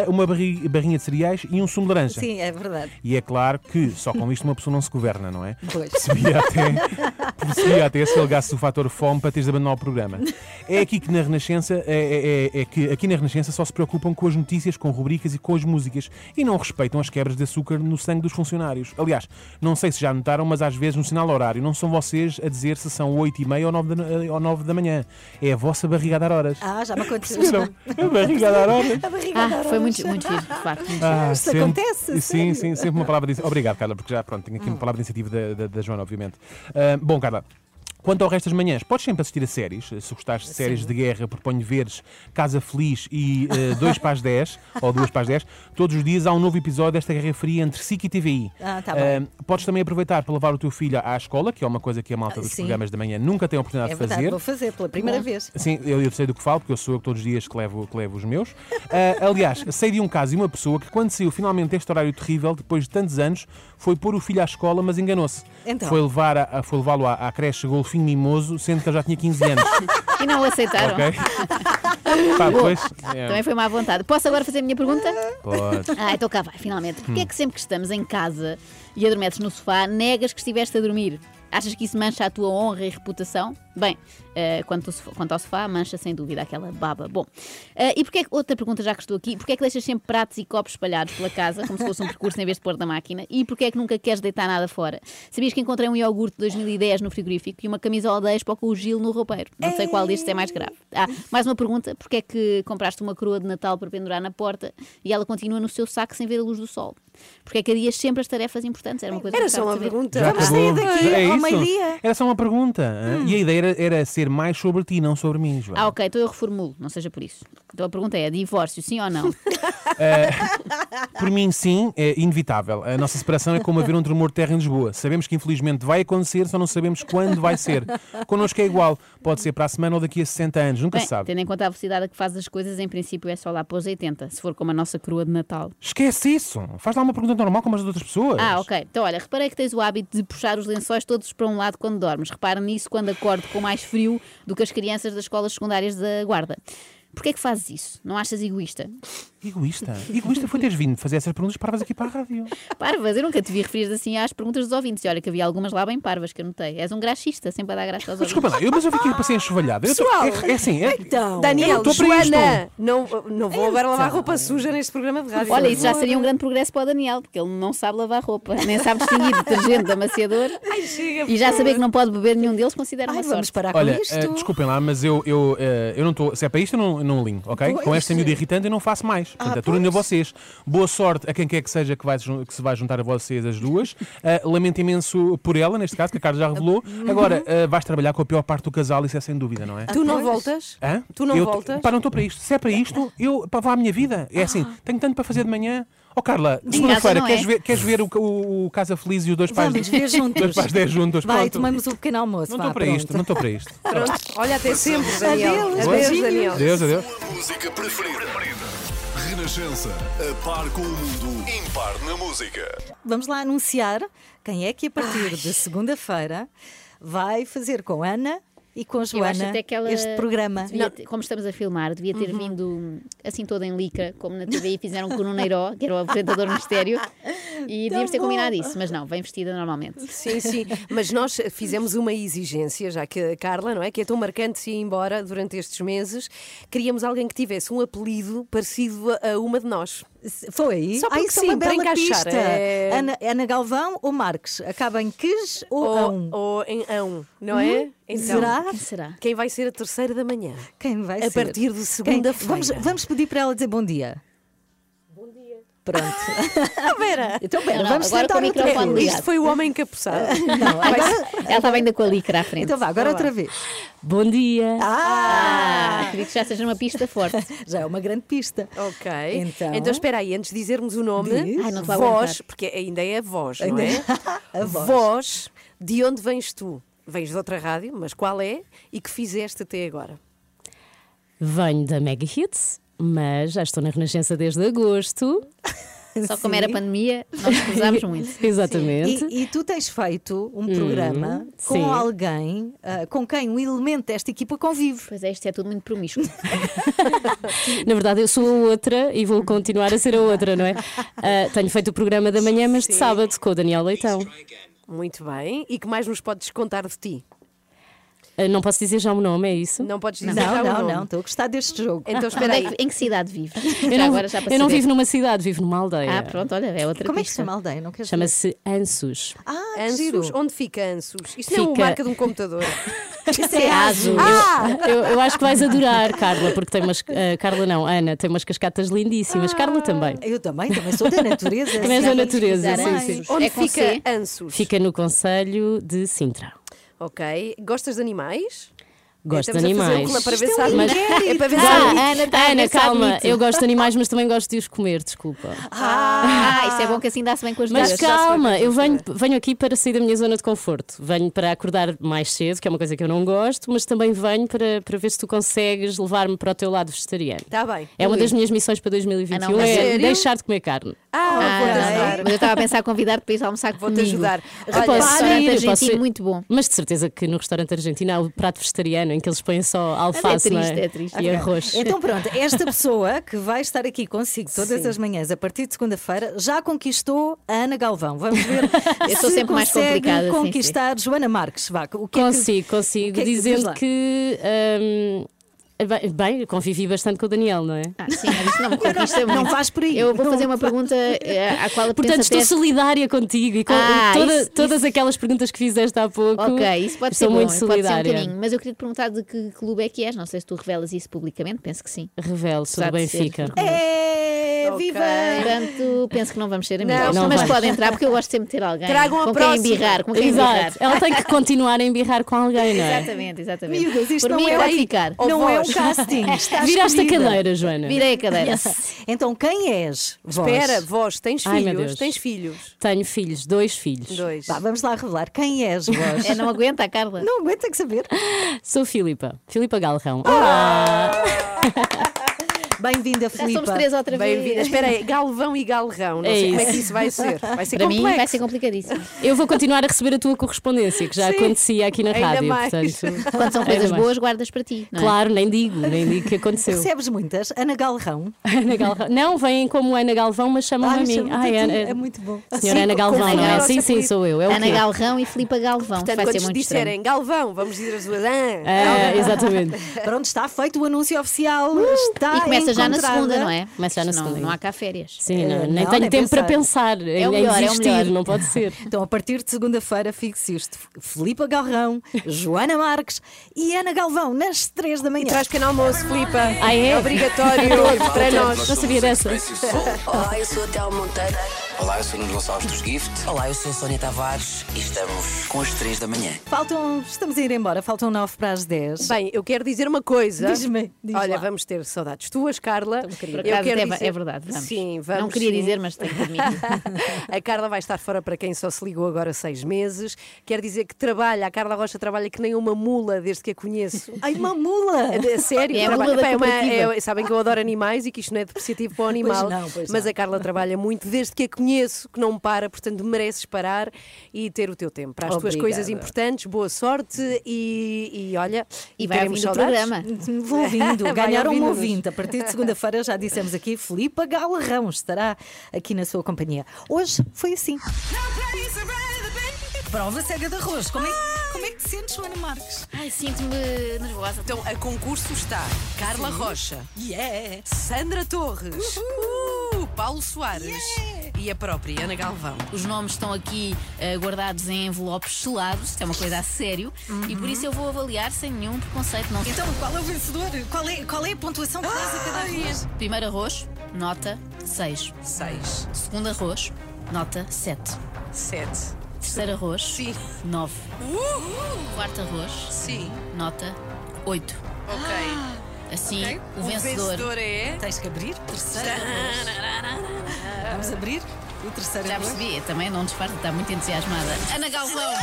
[SPEAKER 13] uma barri- barrinha de cereais e um sumo de laranja.
[SPEAKER 2] Sim, é verdade.
[SPEAKER 13] E é claro que só com isto uma pessoa não se governa, não é?
[SPEAKER 2] Pois.
[SPEAKER 13] Percebia até, percebia até se ele gaste o fator fome para teres de abandonar o programa. É aqui que na Renascença, é, é- é- é que aqui na Renascença só se preocupam com as notícias, com rubricas e com as músicas e não respeitam as quebras de açúcar no sangue dos funcionários. Aliás, não sei se já notaram, mas às vezes no sinal horário não são vocês a dizer se são 8 e meia ou 9 da, eh, ou 9 da manhã. É a vossa barriga a dar horas.
[SPEAKER 2] Ah, já me aconteceu.
[SPEAKER 13] Perceberam? A barriga a dar horas.
[SPEAKER 2] A barriga
[SPEAKER 4] Ah,
[SPEAKER 2] adora
[SPEAKER 4] foi
[SPEAKER 2] hoje.
[SPEAKER 4] muito, muito giro, de facto. muito
[SPEAKER 13] Ah,
[SPEAKER 2] Isto
[SPEAKER 13] Sim,
[SPEAKER 2] acontece, sério. Ah.
[SPEAKER 13] sim, sempre uma palavra de Obrigado, Carla, porque já pronto, tenho aqui uma palavra de incentivo da, da- da Joana, obviamente. Ah, bom, Carla. Quanto ao resto das manhãs, podes sempre assistir a séries. Se gostares de séries de guerra, proponho veres Casa Feliz e 2 para as 10, ou 2 para as 10. Todos os dias há um novo episódio desta Guerra Fria entre SIC e TVI.
[SPEAKER 2] Ah, tá bem.
[SPEAKER 13] Ah, podes também aproveitar para levar o teu filho à escola, que é uma coisa que a malta dos
[SPEAKER 2] Sim.
[SPEAKER 13] programas da manhã nunca tem a oportunidade
[SPEAKER 2] É
[SPEAKER 13] de
[SPEAKER 2] verdade,
[SPEAKER 13] fazer.
[SPEAKER 2] vou fazer pela primeira vez.
[SPEAKER 13] Sim, eu, eu sei do que falo, porque eu sou eu que todos os dias que levo, que levo os meus. Ah, aliás, sei de um caso e uma pessoa que, quando saiu finalmente este horário terrível, depois de tantos anos, foi pôr o filho à escola, mas enganou-se.
[SPEAKER 2] Então?
[SPEAKER 13] Foi levar a- a- foi levá-lo à, à creche Golfinho Mimoso, sendo que ele já tinha 15 anos.
[SPEAKER 4] E não o aceitaram.
[SPEAKER 13] ok? Pá, pois. é,
[SPEAKER 2] Então
[SPEAKER 4] Também foi má vontade. Posso agora fazer a minha pergunta?
[SPEAKER 13] podes. Hum.
[SPEAKER 4] Ah, então cá vai, finalmente. Porquê é que sempre que estamos em casa e adormeces no sofá, negas que estiveste a dormir? Achas que isso mancha a tua honra e reputação? Bem, eh, quanto, ao sofá- quanto ao sofá, mancha sem dúvida aquela baba. Bom, eh, e porquê é que, outra pergunta já que estou aqui, porquê é que deixas sempre pratos e copos espalhados pela casa, como se fosse um percurso em vez de pôr da máquina? E porquê é que nunca queres deitar nada fora? Sabias que encontrei um iogurte de 2010 no frigorífico e uma camisola da Expo com o Gil no roupeiro? Não sei qual destes é mais grave. Ah, mais uma pergunta: porquê é que compraste uma coroa de Natal para pendurar na porta e ela continua no seu saco sem ver a luz do sol? Porquê é que adias sempre as tarefas importantes? Era uma coisa
[SPEAKER 3] Era
[SPEAKER 4] que eu
[SPEAKER 3] só
[SPEAKER 4] gostava
[SPEAKER 3] uma
[SPEAKER 4] de saber.
[SPEAKER 3] pergunta.
[SPEAKER 13] Já acabou.
[SPEAKER 2] daqui
[SPEAKER 13] Já é
[SPEAKER 2] ao
[SPEAKER 13] isso?
[SPEAKER 2] meio-dia. Hum.
[SPEAKER 13] Era só uma pergunta. ah, E a ideia era, era ser mais sobre ti, não sobre mim, Joana.
[SPEAKER 4] Ah, ok, então eu reformulo, não seja por isso. Então a pergunta é: divórcio, sim ou não?
[SPEAKER 13] Por mim, sim, é inevitável. A nossa separação é como haver um tremor de terra em Lisboa. Sabemos que, infelizmente, vai acontecer, só não sabemos quando vai ser. Connosco é igual. Pode ser para a semana ou daqui a 60 anos, nunca
[SPEAKER 4] Bem,
[SPEAKER 13] se sabe.
[SPEAKER 4] tendo em conta a velocidade a que fazes as coisas, em princípio é só lá para os 80, se for como a nossa coroa de Natal.
[SPEAKER 13] Esquece isso. Faz lá uma pergunta normal como as das outras pessoas.
[SPEAKER 4] Ah, ok. Então, olha, reparei que tens o hábito de puxar os lençóis todos para um lado quando dormes. Repara nisso quando acordo com mais frio do que as crianças das escolas secundárias da guarda. Porquê é que fazes isso? Não achas egoísta?
[SPEAKER 13] Egoísta. Egoísta foi teres vindo fazer essas perguntas parvas aqui para a rádio.
[SPEAKER 4] Parvas, eu nunca te vi referir assim às perguntas dos ouvintes. E olha que havia algumas lá bem parvas que eu notei. És um graxista, sempre a dar graça aos
[SPEAKER 13] Mas desculpa
[SPEAKER 4] ouvintes.
[SPEAKER 13] lá, eu, mas eu vi que passei enxovalhada. Eu tô-
[SPEAKER 3] Pessoal,
[SPEAKER 13] é, é assim, é.
[SPEAKER 2] Então,
[SPEAKER 13] Eu
[SPEAKER 3] Daniel,
[SPEAKER 13] não tô para isto.
[SPEAKER 3] Joana, não, não vou agora lavar roupa suja neste programa de rádio.
[SPEAKER 4] Olha, isso já seria um grande progresso para o Daniel, porque ele não sabe lavar roupa, nem sabe distinguir detergente de amaciador. e já saber que não pode beber nenhum deles considera
[SPEAKER 2] Ai,
[SPEAKER 4] uma
[SPEAKER 2] vamos
[SPEAKER 4] sorte.
[SPEAKER 2] parar
[SPEAKER 13] Olha,
[SPEAKER 2] Tá com isto.
[SPEAKER 13] eh, desculpem lá, mas eu, eu, eh, eu não estou. Se é para isto, eu não, eu não ligo, ok? Com esta
[SPEAKER 2] é.
[SPEAKER 13] miúda irritante, eu não faço mais.
[SPEAKER 2] Ah,
[SPEAKER 13] Portanto, aturem a vocês. Boa sorte a quem quer que seja que, vai se jun- que se vai juntar a vocês as duas. Eh, lamento imenso por ela, neste caso, que a Carla já revelou.
[SPEAKER 2] Uhum.
[SPEAKER 13] Agora, eh, vais trabalhar com a pior parte do casal, isso é sem dúvida, não é?
[SPEAKER 3] Tu não voltas?
[SPEAKER 2] Ah,
[SPEAKER 13] Hã?
[SPEAKER 3] Tu não
[SPEAKER 13] eu,
[SPEAKER 3] voltas?
[SPEAKER 13] Pá, não estou para isto. Se é para isto, eu pá, vá à minha vida. É assim,
[SPEAKER 2] Ah.
[SPEAKER 13] tenho tanto para fazer de manhã. Ó Carla, segunda-feira,
[SPEAKER 4] não é?
[SPEAKER 13] queres, ver, queres ver o, o- o Casa Feliz e os dois pais
[SPEAKER 2] Vamos ver juntos.
[SPEAKER 13] dois pais dez juntos?
[SPEAKER 2] Vai,
[SPEAKER 13] Pronto.
[SPEAKER 2] tomamos um pequeno almoço.
[SPEAKER 13] Não
[SPEAKER 2] vá,
[SPEAKER 13] estou para
[SPEAKER 2] pronto.
[SPEAKER 13] isto, não estou para isto.
[SPEAKER 3] Pronto. Olha, até sempre, Daniel.
[SPEAKER 2] Adeus,
[SPEAKER 13] beijinhos.
[SPEAKER 3] Daniel.
[SPEAKER 13] Adeus, adeus.
[SPEAKER 1] Sua música preferida. Renascença, a par com o mundo, impar na música.
[SPEAKER 2] Vamos lá anunciar quem é que a partir de segunda-feira vai fazer com Ana e com
[SPEAKER 4] acho
[SPEAKER 2] Joana
[SPEAKER 4] até que ela
[SPEAKER 2] este programa.
[SPEAKER 4] devia ter- como estamos a filmar, devia ter vindo assim toda em licra, como na TVI fizeram com o Nuneiró, que era o apresentador mistério, e devíamos ter combinado isso, mas não, vem vestida normalmente.
[SPEAKER 3] Sim, sim. Mas nós fizemos uma exigência, já que a Carla, não é? Que é tão marcante se ir embora durante estes meses. Queríamos alguém que tivesse um apelido parecido a uma de nós.
[SPEAKER 2] Foi?
[SPEAKER 3] Só porque
[SPEAKER 2] Ai, isso é
[SPEAKER 3] sim,
[SPEAKER 2] uma
[SPEAKER 3] para
[SPEAKER 2] bela
[SPEAKER 3] encaixar,
[SPEAKER 2] pista.
[SPEAKER 3] é-
[SPEAKER 2] Ana, Ana Galvão ou Marques? Acaba em quis ou ão?
[SPEAKER 3] Ou, ou em ão, não é?
[SPEAKER 2] Será?
[SPEAKER 4] Quem será?
[SPEAKER 3] Quem vai ser a terceira da manhã?
[SPEAKER 2] Quem vai
[SPEAKER 3] A
[SPEAKER 2] ser?
[SPEAKER 3] partir de
[SPEAKER 2] Quem-
[SPEAKER 3] segunda-feira. Então,
[SPEAKER 2] Vamos, vamos pedir para ela dizer bom dia. Bom dia. Pronto. Então, pera,
[SPEAKER 4] Não, não,
[SPEAKER 2] vamos
[SPEAKER 4] agora
[SPEAKER 2] tentar
[SPEAKER 4] com o
[SPEAKER 2] outra
[SPEAKER 4] microfone
[SPEAKER 2] vez.
[SPEAKER 4] ligado.
[SPEAKER 3] Isto foi o homem encapuçado.
[SPEAKER 2] Não, agora-
[SPEAKER 4] Ela estava ainda com a licra à frente.
[SPEAKER 2] então vá, agora outra vez.
[SPEAKER 11] Bom dia.
[SPEAKER 4] Ah, acredito que já seja uma pista forte.
[SPEAKER 2] Já é uma grande pista.
[SPEAKER 3] Ok.
[SPEAKER 2] Então?
[SPEAKER 3] Então, espera aí, antes de dizermos o nome,
[SPEAKER 2] Diz.
[SPEAKER 4] Ai, não te vou
[SPEAKER 3] voz,
[SPEAKER 4] aguentar.
[SPEAKER 3] porque ainda é voz, não
[SPEAKER 2] Ainda-
[SPEAKER 3] é?
[SPEAKER 2] A voz.
[SPEAKER 3] de onde vens tu? Vens de outra rádio, mas qual é e que fizeste até agora?
[SPEAKER 11] Venho da Mega Hits, mas já estou na Renascença desde agosto.
[SPEAKER 4] Só como era pandemia, nós cruzámos muito.
[SPEAKER 2] E,
[SPEAKER 11] Exatamente. Hum,
[SPEAKER 2] e tu tens feito um programa com
[SPEAKER 11] sim.
[SPEAKER 2] alguém ah, com quem um elemento desta equipa convive.
[SPEAKER 4] Pois é, isto é tudo muito promíscuo.
[SPEAKER 11] Na verdade, eu sou a outra e vou continuar a ser a outra, não é? Ah, tenho feito o programa da manhã, mas de sábado, com o Daniel Leitão.
[SPEAKER 3] Muito bem. E que mais nos podes contar de ti?
[SPEAKER 11] Ah, não posso dizer já o nome, é isso?
[SPEAKER 3] Não podes dizer já
[SPEAKER 2] Não,
[SPEAKER 3] o
[SPEAKER 2] não,
[SPEAKER 3] nome.
[SPEAKER 2] não, estou a gostar deste jogo.
[SPEAKER 3] Então espera
[SPEAKER 4] Onde é
[SPEAKER 3] aí.
[SPEAKER 4] que- em que cidade vives?
[SPEAKER 11] Eu
[SPEAKER 4] já
[SPEAKER 11] não,
[SPEAKER 4] agora já para
[SPEAKER 11] eu não
[SPEAKER 4] saber.
[SPEAKER 11] vivo numa cidade, vivo numa aldeia.
[SPEAKER 4] Ah, pronto, olha, é outra
[SPEAKER 2] Como é que se
[SPEAKER 4] pista.
[SPEAKER 2] chama a aldeia? Não queres dizer?
[SPEAKER 11] Chama-se Ansus.
[SPEAKER 2] Ah, que giro.
[SPEAKER 3] Ansus. Onde fica Ansus? Isto não é uma
[SPEAKER 11] Fica-
[SPEAKER 3] marca de um computador.
[SPEAKER 2] Isso é azul.
[SPEAKER 11] Eu, eu, eu acho que vais adorar, Carla, porque tem umas. ah, Carla não, Ana, tem umas cascatas
[SPEAKER 4] Ah,
[SPEAKER 11] lindíssimas. Carla também.
[SPEAKER 2] Eu também, também sou da natureza.
[SPEAKER 11] Também és
[SPEAKER 2] sim.
[SPEAKER 11] da natureza, sim,
[SPEAKER 4] Ansus.
[SPEAKER 11] sim.
[SPEAKER 3] Onde
[SPEAKER 4] É com
[SPEAKER 3] fica
[SPEAKER 4] C?
[SPEAKER 3] Ansus?
[SPEAKER 11] Fica no Conselho de Sintra.
[SPEAKER 3] Ok. Gostas de animais?
[SPEAKER 11] Gosto de
[SPEAKER 3] Estamos a fazer
[SPEAKER 11] animais.
[SPEAKER 3] um rolo para ver
[SPEAKER 11] Isto
[SPEAKER 3] se há-
[SPEAKER 11] mas-
[SPEAKER 3] É para ver se há-
[SPEAKER 4] Ah, Ana, tá,
[SPEAKER 11] Ana,
[SPEAKER 4] Ana, sabe
[SPEAKER 11] calma,
[SPEAKER 4] muito.
[SPEAKER 11] eu gosto de animais, mas também gosto de os comer, desculpa.
[SPEAKER 4] Ah, isso é bom que assim dá-se bem com as
[SPEAKER 11] Mas
[SPEAKER 4] duas. é
[SPEAKER 11] calma, eu venho, venho aqui para sair da minha zona de conforto. Venho para acordar mais cedo, que é uma coisa que eu não gosto, mas também venho para, para ver se tu consegues levar-me para o teu lado vegetariano.
[SPEAKER 3] Está Tá bem.
[SPEAKER 11] É uma
[SPEAKER 3] Ui.
[SPEAKER 11] das minhas missões para
[SPEAKER 4] Ah,
[SPEAKER 11] 2021
[SPEAKER 4] não, mas
[SPEAKER 11] é
[SPEAKER 3] sério?
[SPEAKER 11] deixar de comer carne.
[SPEAKER 3] Ah,
[SPEAKER 4] Ah,
[SPEAKER 3] vou-te
[SPEAKER 4] tá
[SPEAKER 3] ajudar.
[SPEAKER 4] bem. mas eu estava a pensar a convidar-te para ir almoçar comigo.
[SPEAKER 3] Vou-te ajudar.
[SPEAKER 4] Olha,
[SPEAKER 11] Posso
[SPEAKER 4] restaurante
[SPEAKER 11] ir,
[SPEAKER 4] argentino
[SPEAKER 11] posso ir.
[SPEAKER 4] muito bom.
[SPEAKER 11] Mas de certeza que no restaurante argentino há o prato vegetariano em que eles põem só alface
[SPEAKER 4] triste,
[SPEAKER 11] não é?
[SPEAKER 4] é triste.
[SPEAKER 11] e
[SPEAKER 4] Ok.
[SPEAKER 11] arroz.
[SPEAKER 2] Então pronto, esta pessoa que vai estar aqui consigo todas as manhãs a partir de segunda-feira já conquistou a Ana Galvão. Vamos ver.
[SPEAKER 4] Eu sou
[SPEAKER 2] se
[SPEAKER 4] sempre mais
[SPEAKER 2] consegue
[SPEAKER 4] complicada, sim,
[SPEAKER 2] conquistar Joana Marques. Vá, o que é que-
[SPEAKER 11] Consigo, consigo,
[SPEAKER 2] que é que- diz
[SPEAKER 11] dizendo
[SPEAKER 2] lá.
[SPEAKER 11] que. hum, bem- Bem, eu convivi bastante com o Daniel, não é?
[SPEAKER 4] Ah, sim, mas isso não me conquista muito.
[SPEAKER 3] Ah,
[SPEAKER 2] Não vais por aí.
[SPEAKER 4] Eu vou
[SPEAKER 2] Não
[SPEAKER 4] fazer uma pergunta eh, à qual eu
[SPEAKER 11] Portanto,
[SPEAKER 4] penso
[SPEAKER 11] estou
[SPEAKER 4] até-
[SPEAKER 11] solidária contigo e com
[SPEAKER 4] Ah,
[SPEAKER 11] toda-
[SPEAKER 4] isso-
[SPEAKER 11] todas
[SPEAKER 4] isso-
[SPEAKER 11] aquelas perguntas que fizeste há pouco.
[SPEAKER 4] Ok, isso pode
[SPEAKER 11] estou
[SPEAKER 4] ser
[SPEAKER 11] muito
[SPEAKER 4] bom, pode ser
[SPEAKER 11] solidária.
[SPEAKER 4] um caminho. Mas eu queria te perguntar de que clube é que és. Não sei se tu revelas isso publicamente, penso que sim.
[SPEAKER 11] Revelo, sou
[SPEAKER 4] Apesar
[SPEAKER 11] do
[SPEAKER 4] de ser-
[SPEAKER 11] Benfica.
[SPEAKER 2] É, viva!
[SPEAKER 4] Portanto, penso que não vamos ser amigos.
[SPEAKER 11] Não, não
[SPEAKER 4] mas
[SPEAKER 11] vais.
[SPEAKER 4] pode entrar, porque eu gosto sempre de ter alguém
[SPEAKER 3] Tragam a
[SPEAKER 4] com quem
[SPEAKER 3] próxima.
[SPEAKER 4] embirrar. Com quem embirrar.
[SPEAKER 11] Exato. Ela tem que continuar a embirrar com alguém, não é?
[SPEAKER 4] Exatamente, exatamente.
[SPEAKER 2] Miúdas, isto
[SPEAKER 4] Por
[SPEAKER 2] não
[SPEAKER 4] mim,
[SPEAKER 2] é
[SPEAKER 4] pode
[SPEAKER 2] aí.
[SPEAKER 4] ficar.
[SPEAKER 2] Não é um
[SPEAKER 3] voz.
[SPEAKER 2] casting. Estás
[SPEAKER 11] Viraste a
[SPEAKER 2] escolhida.
[SPEAKER 11] cadeira, Joana.
[SPEAKER 4] Virei a cadeira.
[SPEAKER 2] Então quem és? Vós?
[SPEAKER 3] Espera, vós, tens
[SPEAKER 11] Ai, meu
[SPEAKER 3] filhos?
[SPEAKER 11] Deus.
[SPEAKER 3] Tens filhos?
[SPEAKER 11] Tenho filhos, dois filhos.
[SPEAKER 3] Dois.
[SPEAKER 2] Vá, vamos lá revelar quem és vós.
[SPEAKER 4] É, não aguenta a Carla.
[SPEAKER 2] Não aguento, tem que saber.
[SPEAKER 11] Sou Filipa, Filipa Galrão. Olá!
[SPEAKER 2] Ah! Bem-vinda,
[SPEAKER 4] Já
[SPEAKER 2] Filipa.
[SPEAKER 4] somos três outra vez.
[SPEAKER 3] Bem-vinda. Espera aí, Galvão e Galrão. Não
[SPEAKER 11] É
[SPEAKER 3] sei como é
[SPEAKER 11] isso.
[SPEAKER 3] que isso vai ser. Vai ser
[SPEAKER 4] Para mim
[SPEAKER 3] complexo.
[SPEAKER 4] vai ser complicadíssimo.
[SPEAKER 11] Eu vou continuar a receber a tua correspondência, que já
[SPEAKER 3] Sim.
[SPEAKER 11] acontecia aqui na
[SPEAKER 3] Ainda
[SPEAKER 11] rádio.
[SPEAKER 3] mais.
[SPEAKER 11] Portanto,
[SPEAKER 4] Quando são
[SPEAKER 11] Ainda
[SPEAKER 4] coisas
[SPEAKER 11] mais.
[SPEAKER 4] boas, guardas para ti. Não é?
[SPEAKER 11] Claro, nem digo, nem digo que aconteceu.
[SPEAKER 2] Recebes muitas. Ana Galrão.
[SPEAKER 11] Ana Galvão. Não, vêm como Ana Galvão, mas chamam-me a
[SPEAKER 2] Ai,
[SPEAKER 11] mim.
[SPEAKER 2] chama-te a ti,
[SPEAKER 11] Ana,
[SPEAKER 2] é muito bom.
[SPEAKER 11] Senhora Ana Galvão,
[SPEAKER 3] confundem
[SPEAKER 11] não é?
[SPEAKER 3] logo
[SPEAKER 11] Sim,
[SPEAKER 3] esse
[SPEAKER 11] sim,
[SPEAKER 3] apelido.
[SPEAKER 11] sou eu. É o
[SPEAKER 4] Ana
[SPEAKER 11] quê?
[SPEAKER 4] Galrão e Filipa Galvão. que
[SPEAKER 3] Portanto,
[SPEAKER 4] vai
[SPEAKER 3] quando
[SPEAKER 4] ser
[SPEAKER 3] te
[SPEAKER 4] muito
[SPEAKER 3] disserem
[SPEAKER 4] estranho.
[SPEAKER 3] Galvão, vamos dizer as duas. Ah,
[SPEAKER 11] É, exatamente.
[SPEAKER 2] Pronto, está feito o anúncio oficial. está
[SPEAKER 4] E começa já na
[SPEAKER 2] encontrada.
[SPEAKER 4] segunda, não é?
[SPEAKER 11] Começa já na
[SPEAKER 4] Não-
[SPEAKER 11] segunda.
[SPEAKER 4] Não há cá férias.
[SPEAKER 11] Sim, não,
[SPEAKER 2] Eh,
[SPEAKER 11] nem
[SPEAKER 2] não,
[SPEAKER 11] tenho
[SPEAKER 2] nem
[SPEAKER 11] tempo para pensar. em-
[SPEAKER 4] o
[SPEAKER 11] em
[SPEAKER 4] melhor, é o
[SPEAKER 11] existir,
[SPEAKER 4] melhor.
[SPEAKER 11] não pode ser.
[SPEAKER 2] Então, a partir de segunda-feira, fixe isto. Filipa Galrão, Joana Marques e Ana Galvão, nas três da manhã.
[SPEAKER 3] E traz pequeno almoço, Filipa.
[SPEAKER 11] Ah, é?
[SPEAKER 3] Obrigatório para nós.
[SPEAKER 11] Não sabia dessa.
[SPEAKER 10] Olá, eu sou a Telmo Monteiro. Olá, eu sou Nuno Gonçalves dos Gift. Olá, eu sou a Sónia Tavares e estamos com as 3 da manhã.
[SPEAKER 2] Faltam, estamos a ir embora, faltam nove para as dez.
[SPEAKER 3] Bem, eu quero dizer uma coisa.
[SPEAKER 2] Diz-me, diz
[SPEAKER 3] Olha,
[SPEAKER 2] lá.
[SPEAKER 3] vamos ter saudades tuas, Carla.
[SPEAKER 4] Por acaso, é, é verdade. Vamos.
[SPEAKER 3] Sim, vamos.
[SPEAKER 4] Não queria
[SPEAKER 3] sim.
[SPEAKER 4] dizer, mas tenho que admitir.
[SPEAKER 3] a Carla vai estar fora para quem só se ligou agora seis meses. Quer dizer que trabalha, a Carla Rocha trabalha que nem uma mula desde que a conheço.
[SPEAKER 2] Ai, uma mula!
[SPEAKER 3] É sério,
[SPEAKER 4] É a
[SPEAKER 3] trabalha-
[SPEAKER 4] mula da
[SPEAKER 3] Pá, é uma-
[SPEAKER 4] cooperativa.
[SPEAKER 3] é- sabem que eu adoro animais e que isto não é depreciativo para o animal.
[SPEAKER 2] não, pois
[SPEAKER 3] mas
[SPEAKER 2] não.
[SPEAKER 3] a Carla trabalha muito desde que a conheço, que não para, portanto mereces parar e ter o teu tempo para as tuas
[SPEAKER 2] Obrigada.
[SPEAKER 3] coisas importantes. Boa sorte e, e olha,
[SPEAKER 4] E vai
[SPEAKER 3] teremos
[SPEAKER 4] ouvindo o
[SPEAKER 3] saudades.
[SPEAKER 4] programa.
[SPEAKER 2] Vou ouvindo,
[SPEAKER 3] Vai
[SPEAKER 2] ganharam um
[SPEAKER 3] ouvindo-nos.
[SPEAKER 2] ouvinte. A partir de segunda-feira já dissemos aqui, Filipa Galrão estará aqui na sua companhia. Hoje foi assim. Prova cega de arroz. Como é, como é que te sentes, Joana Marques?
[SPEAKER 4] Ai, sinto-me nervosa.
[SPEAKER 10] Então, a concurso está Carla Rocha,
[SPEAKER 2] Yeah!
[SPEAKER 10] Sandra Torres, uh, Paulo Soares e a própria Ana Galvão.
[SPEAKER 4] Os nomes estão aqui eh, guardados em envelopes selados, isto é uma coisa a sério, e por isso eu vou avaliar sem nenhum preconceito. Não.
[SPEAKER 2] Então, qual é o vencedor? Qual é, qual é a pontuação que dás a cada arroz?
[SPEAKER 4] Primeiro arroz, nota 6.
[SPEAKER 10] 6,
[SPEAKER 4] Segundo arroz, nota 7.
[SPEAKER 10] 7,
[SPEAKER 4] Terceiro arroz,
[SPEAKER 10] Sim.
[SPEAKER 4] 9. Quarto arroz,
[SPEAKER 10] sim,
[SPEAKER 4] nota 8.
[SPEAKER 10] ok.
[SPEAKER 4] Assim,
[SPEAKER 10] Ok.
[SPEAKER 3] Um
[SPEAKER 4] o vencedor.
[SPEAKER 10] é.
[SPEAKER 2] Tens que abrir o terceiro arroz. Vamos abrir o terceiro
[SPEAKER 4] Já
[SPEAKER 2] arroz.
[SPEAKER 4] percebi, eu também não disfarça, está
[SPEAKER 2] Ah,
[SPEAKER 4] muito entusiasmada. Ana Galvão!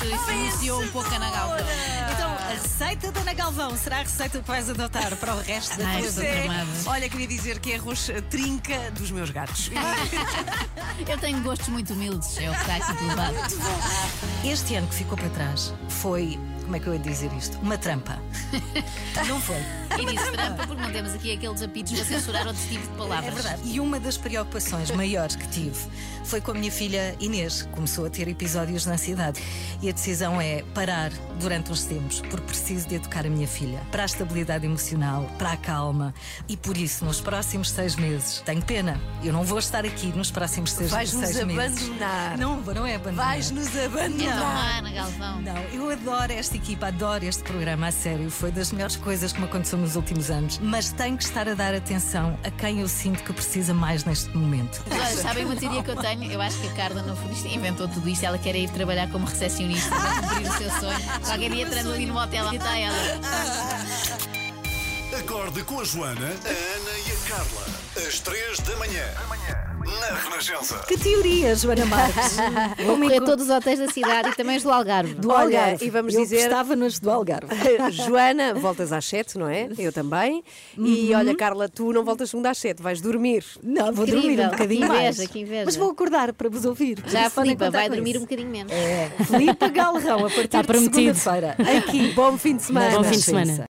[SPEAKER 4] Isso iniciou um pouco a Ana Galvão.
[SPEAKER 2] Então, A receita da Ana Galvão será a receita que vais adotar para o resto da
[SPEAKER 4] Ai,
[SPEAKER 2] tua
[SPEAKER 4] estou
[SPEAKER 2] vida.
[SPEAKER 4] tramada.
[SPEAKER 14] Olha, queria dizer que é arroz eh, trinca dos meus gatos.
[SPEAKER 4] Ah, Eu tenho gostos muito humildes, é o que está aqui pelo lado.
[SPEAKER 2] Muito bom. Este ano que ficou para trás foi, como é que eu ia dizer isto? Uma trampa. Não foi.
[SPEAKER 4] E disse trampa porque não temos aqui aqueles apitos para censurar outro tipo de palavras.
[SPEAKER 2] É verdade. E uma das preocupações maiores que tive foi com a minha filha Inês, que começou a ter episódios de ansiedade. E a decisão é parar durante uns tempos, porque preciso de educar a minha filha para a estabilidade emocional, para a calma. E por isso, nos próximos seis meses, tenho pena, eu não vou estar aqui nos próximos seis,
[SPEAKER 14] Vais-nos
[SPEAKER 2] seis meses.
[SPEAKER 14] abandonar.
[SPEAKER 2] Não, não é abandonar.
[SPEAKER 14] Vais-nos
[SPEAKER 2] Não.
[SPEAKER 14] abandonar.
[SPEAKER 4] Então, Galvão.
[SPEAKER 2] Não, eu adoro esta equipa, adoro este programa, a sério. Foi das melhores coisas que me aconteceu nos últimos anos. Mas tenho que estar a dar atenção a quem eu sinto que precisa mais neste momento.
[SPEAKER 4] Mas olha, sabem uma teoria que eu tenho? Eu acho que a Carla, no fundo, isto- inventou tudo isto. Ela quer é ir trabalhar como recepcionista para cumprir o seu sonho. Qualquer dia entrando ali no motel, lá está ela.
[SPEAKER 1] Acorde com a Joana, a Ana e a Carla. Às 3 da manhã. Na Renascença.
[SPEAKER 2] Que teoria, Joana Marques?
[SPEAKER 11] Vou a todos os hotéis da cidade e também os do Algarve.
[SPEAKER 3] Do Olha, Algarve. e vamos Eu dizer-
[SPEAKER 2] Estava-nos do Algarve.
[SPEAKER 3] Joana, voltas às 7, não é? Eu também. E
[SPEAKER 14] Uhum.
[SPEAKER 3] olha, Carla, tu não voltas segunda às 7, vais dormir.
[SPEAKER 2] Não, vou
[SPEAKER 11] Incrível. dormir um bocadinho Que inveja, mais. que inveja.
[SPEAKER 2] Mas vou acordar para vos ouvir.
[SPEAKER 11] Já a
[SPEAKER 2] Vocês podem
[SPEAKER 11] Filipa
[SPEAKER 2] contar
[SPEAKER 11] vai
[SPEAKER 2] com
[SPEAKER 11] dormir
[SPEAKER 2] isso.
[SPEAKER 11] um bocadinho menos.
[SPEAKER 2] É, Filipa Galrão, a partir
[SPEAKER 11] Está
[SPEAKER 2] de
[SPEAKER 11] prometido.
[SPEAKER 2] segunda-feira. Aqui.
[SPEAKER 3] Bom fim de semana.
[SPEAKER 2] Bom fim de semana.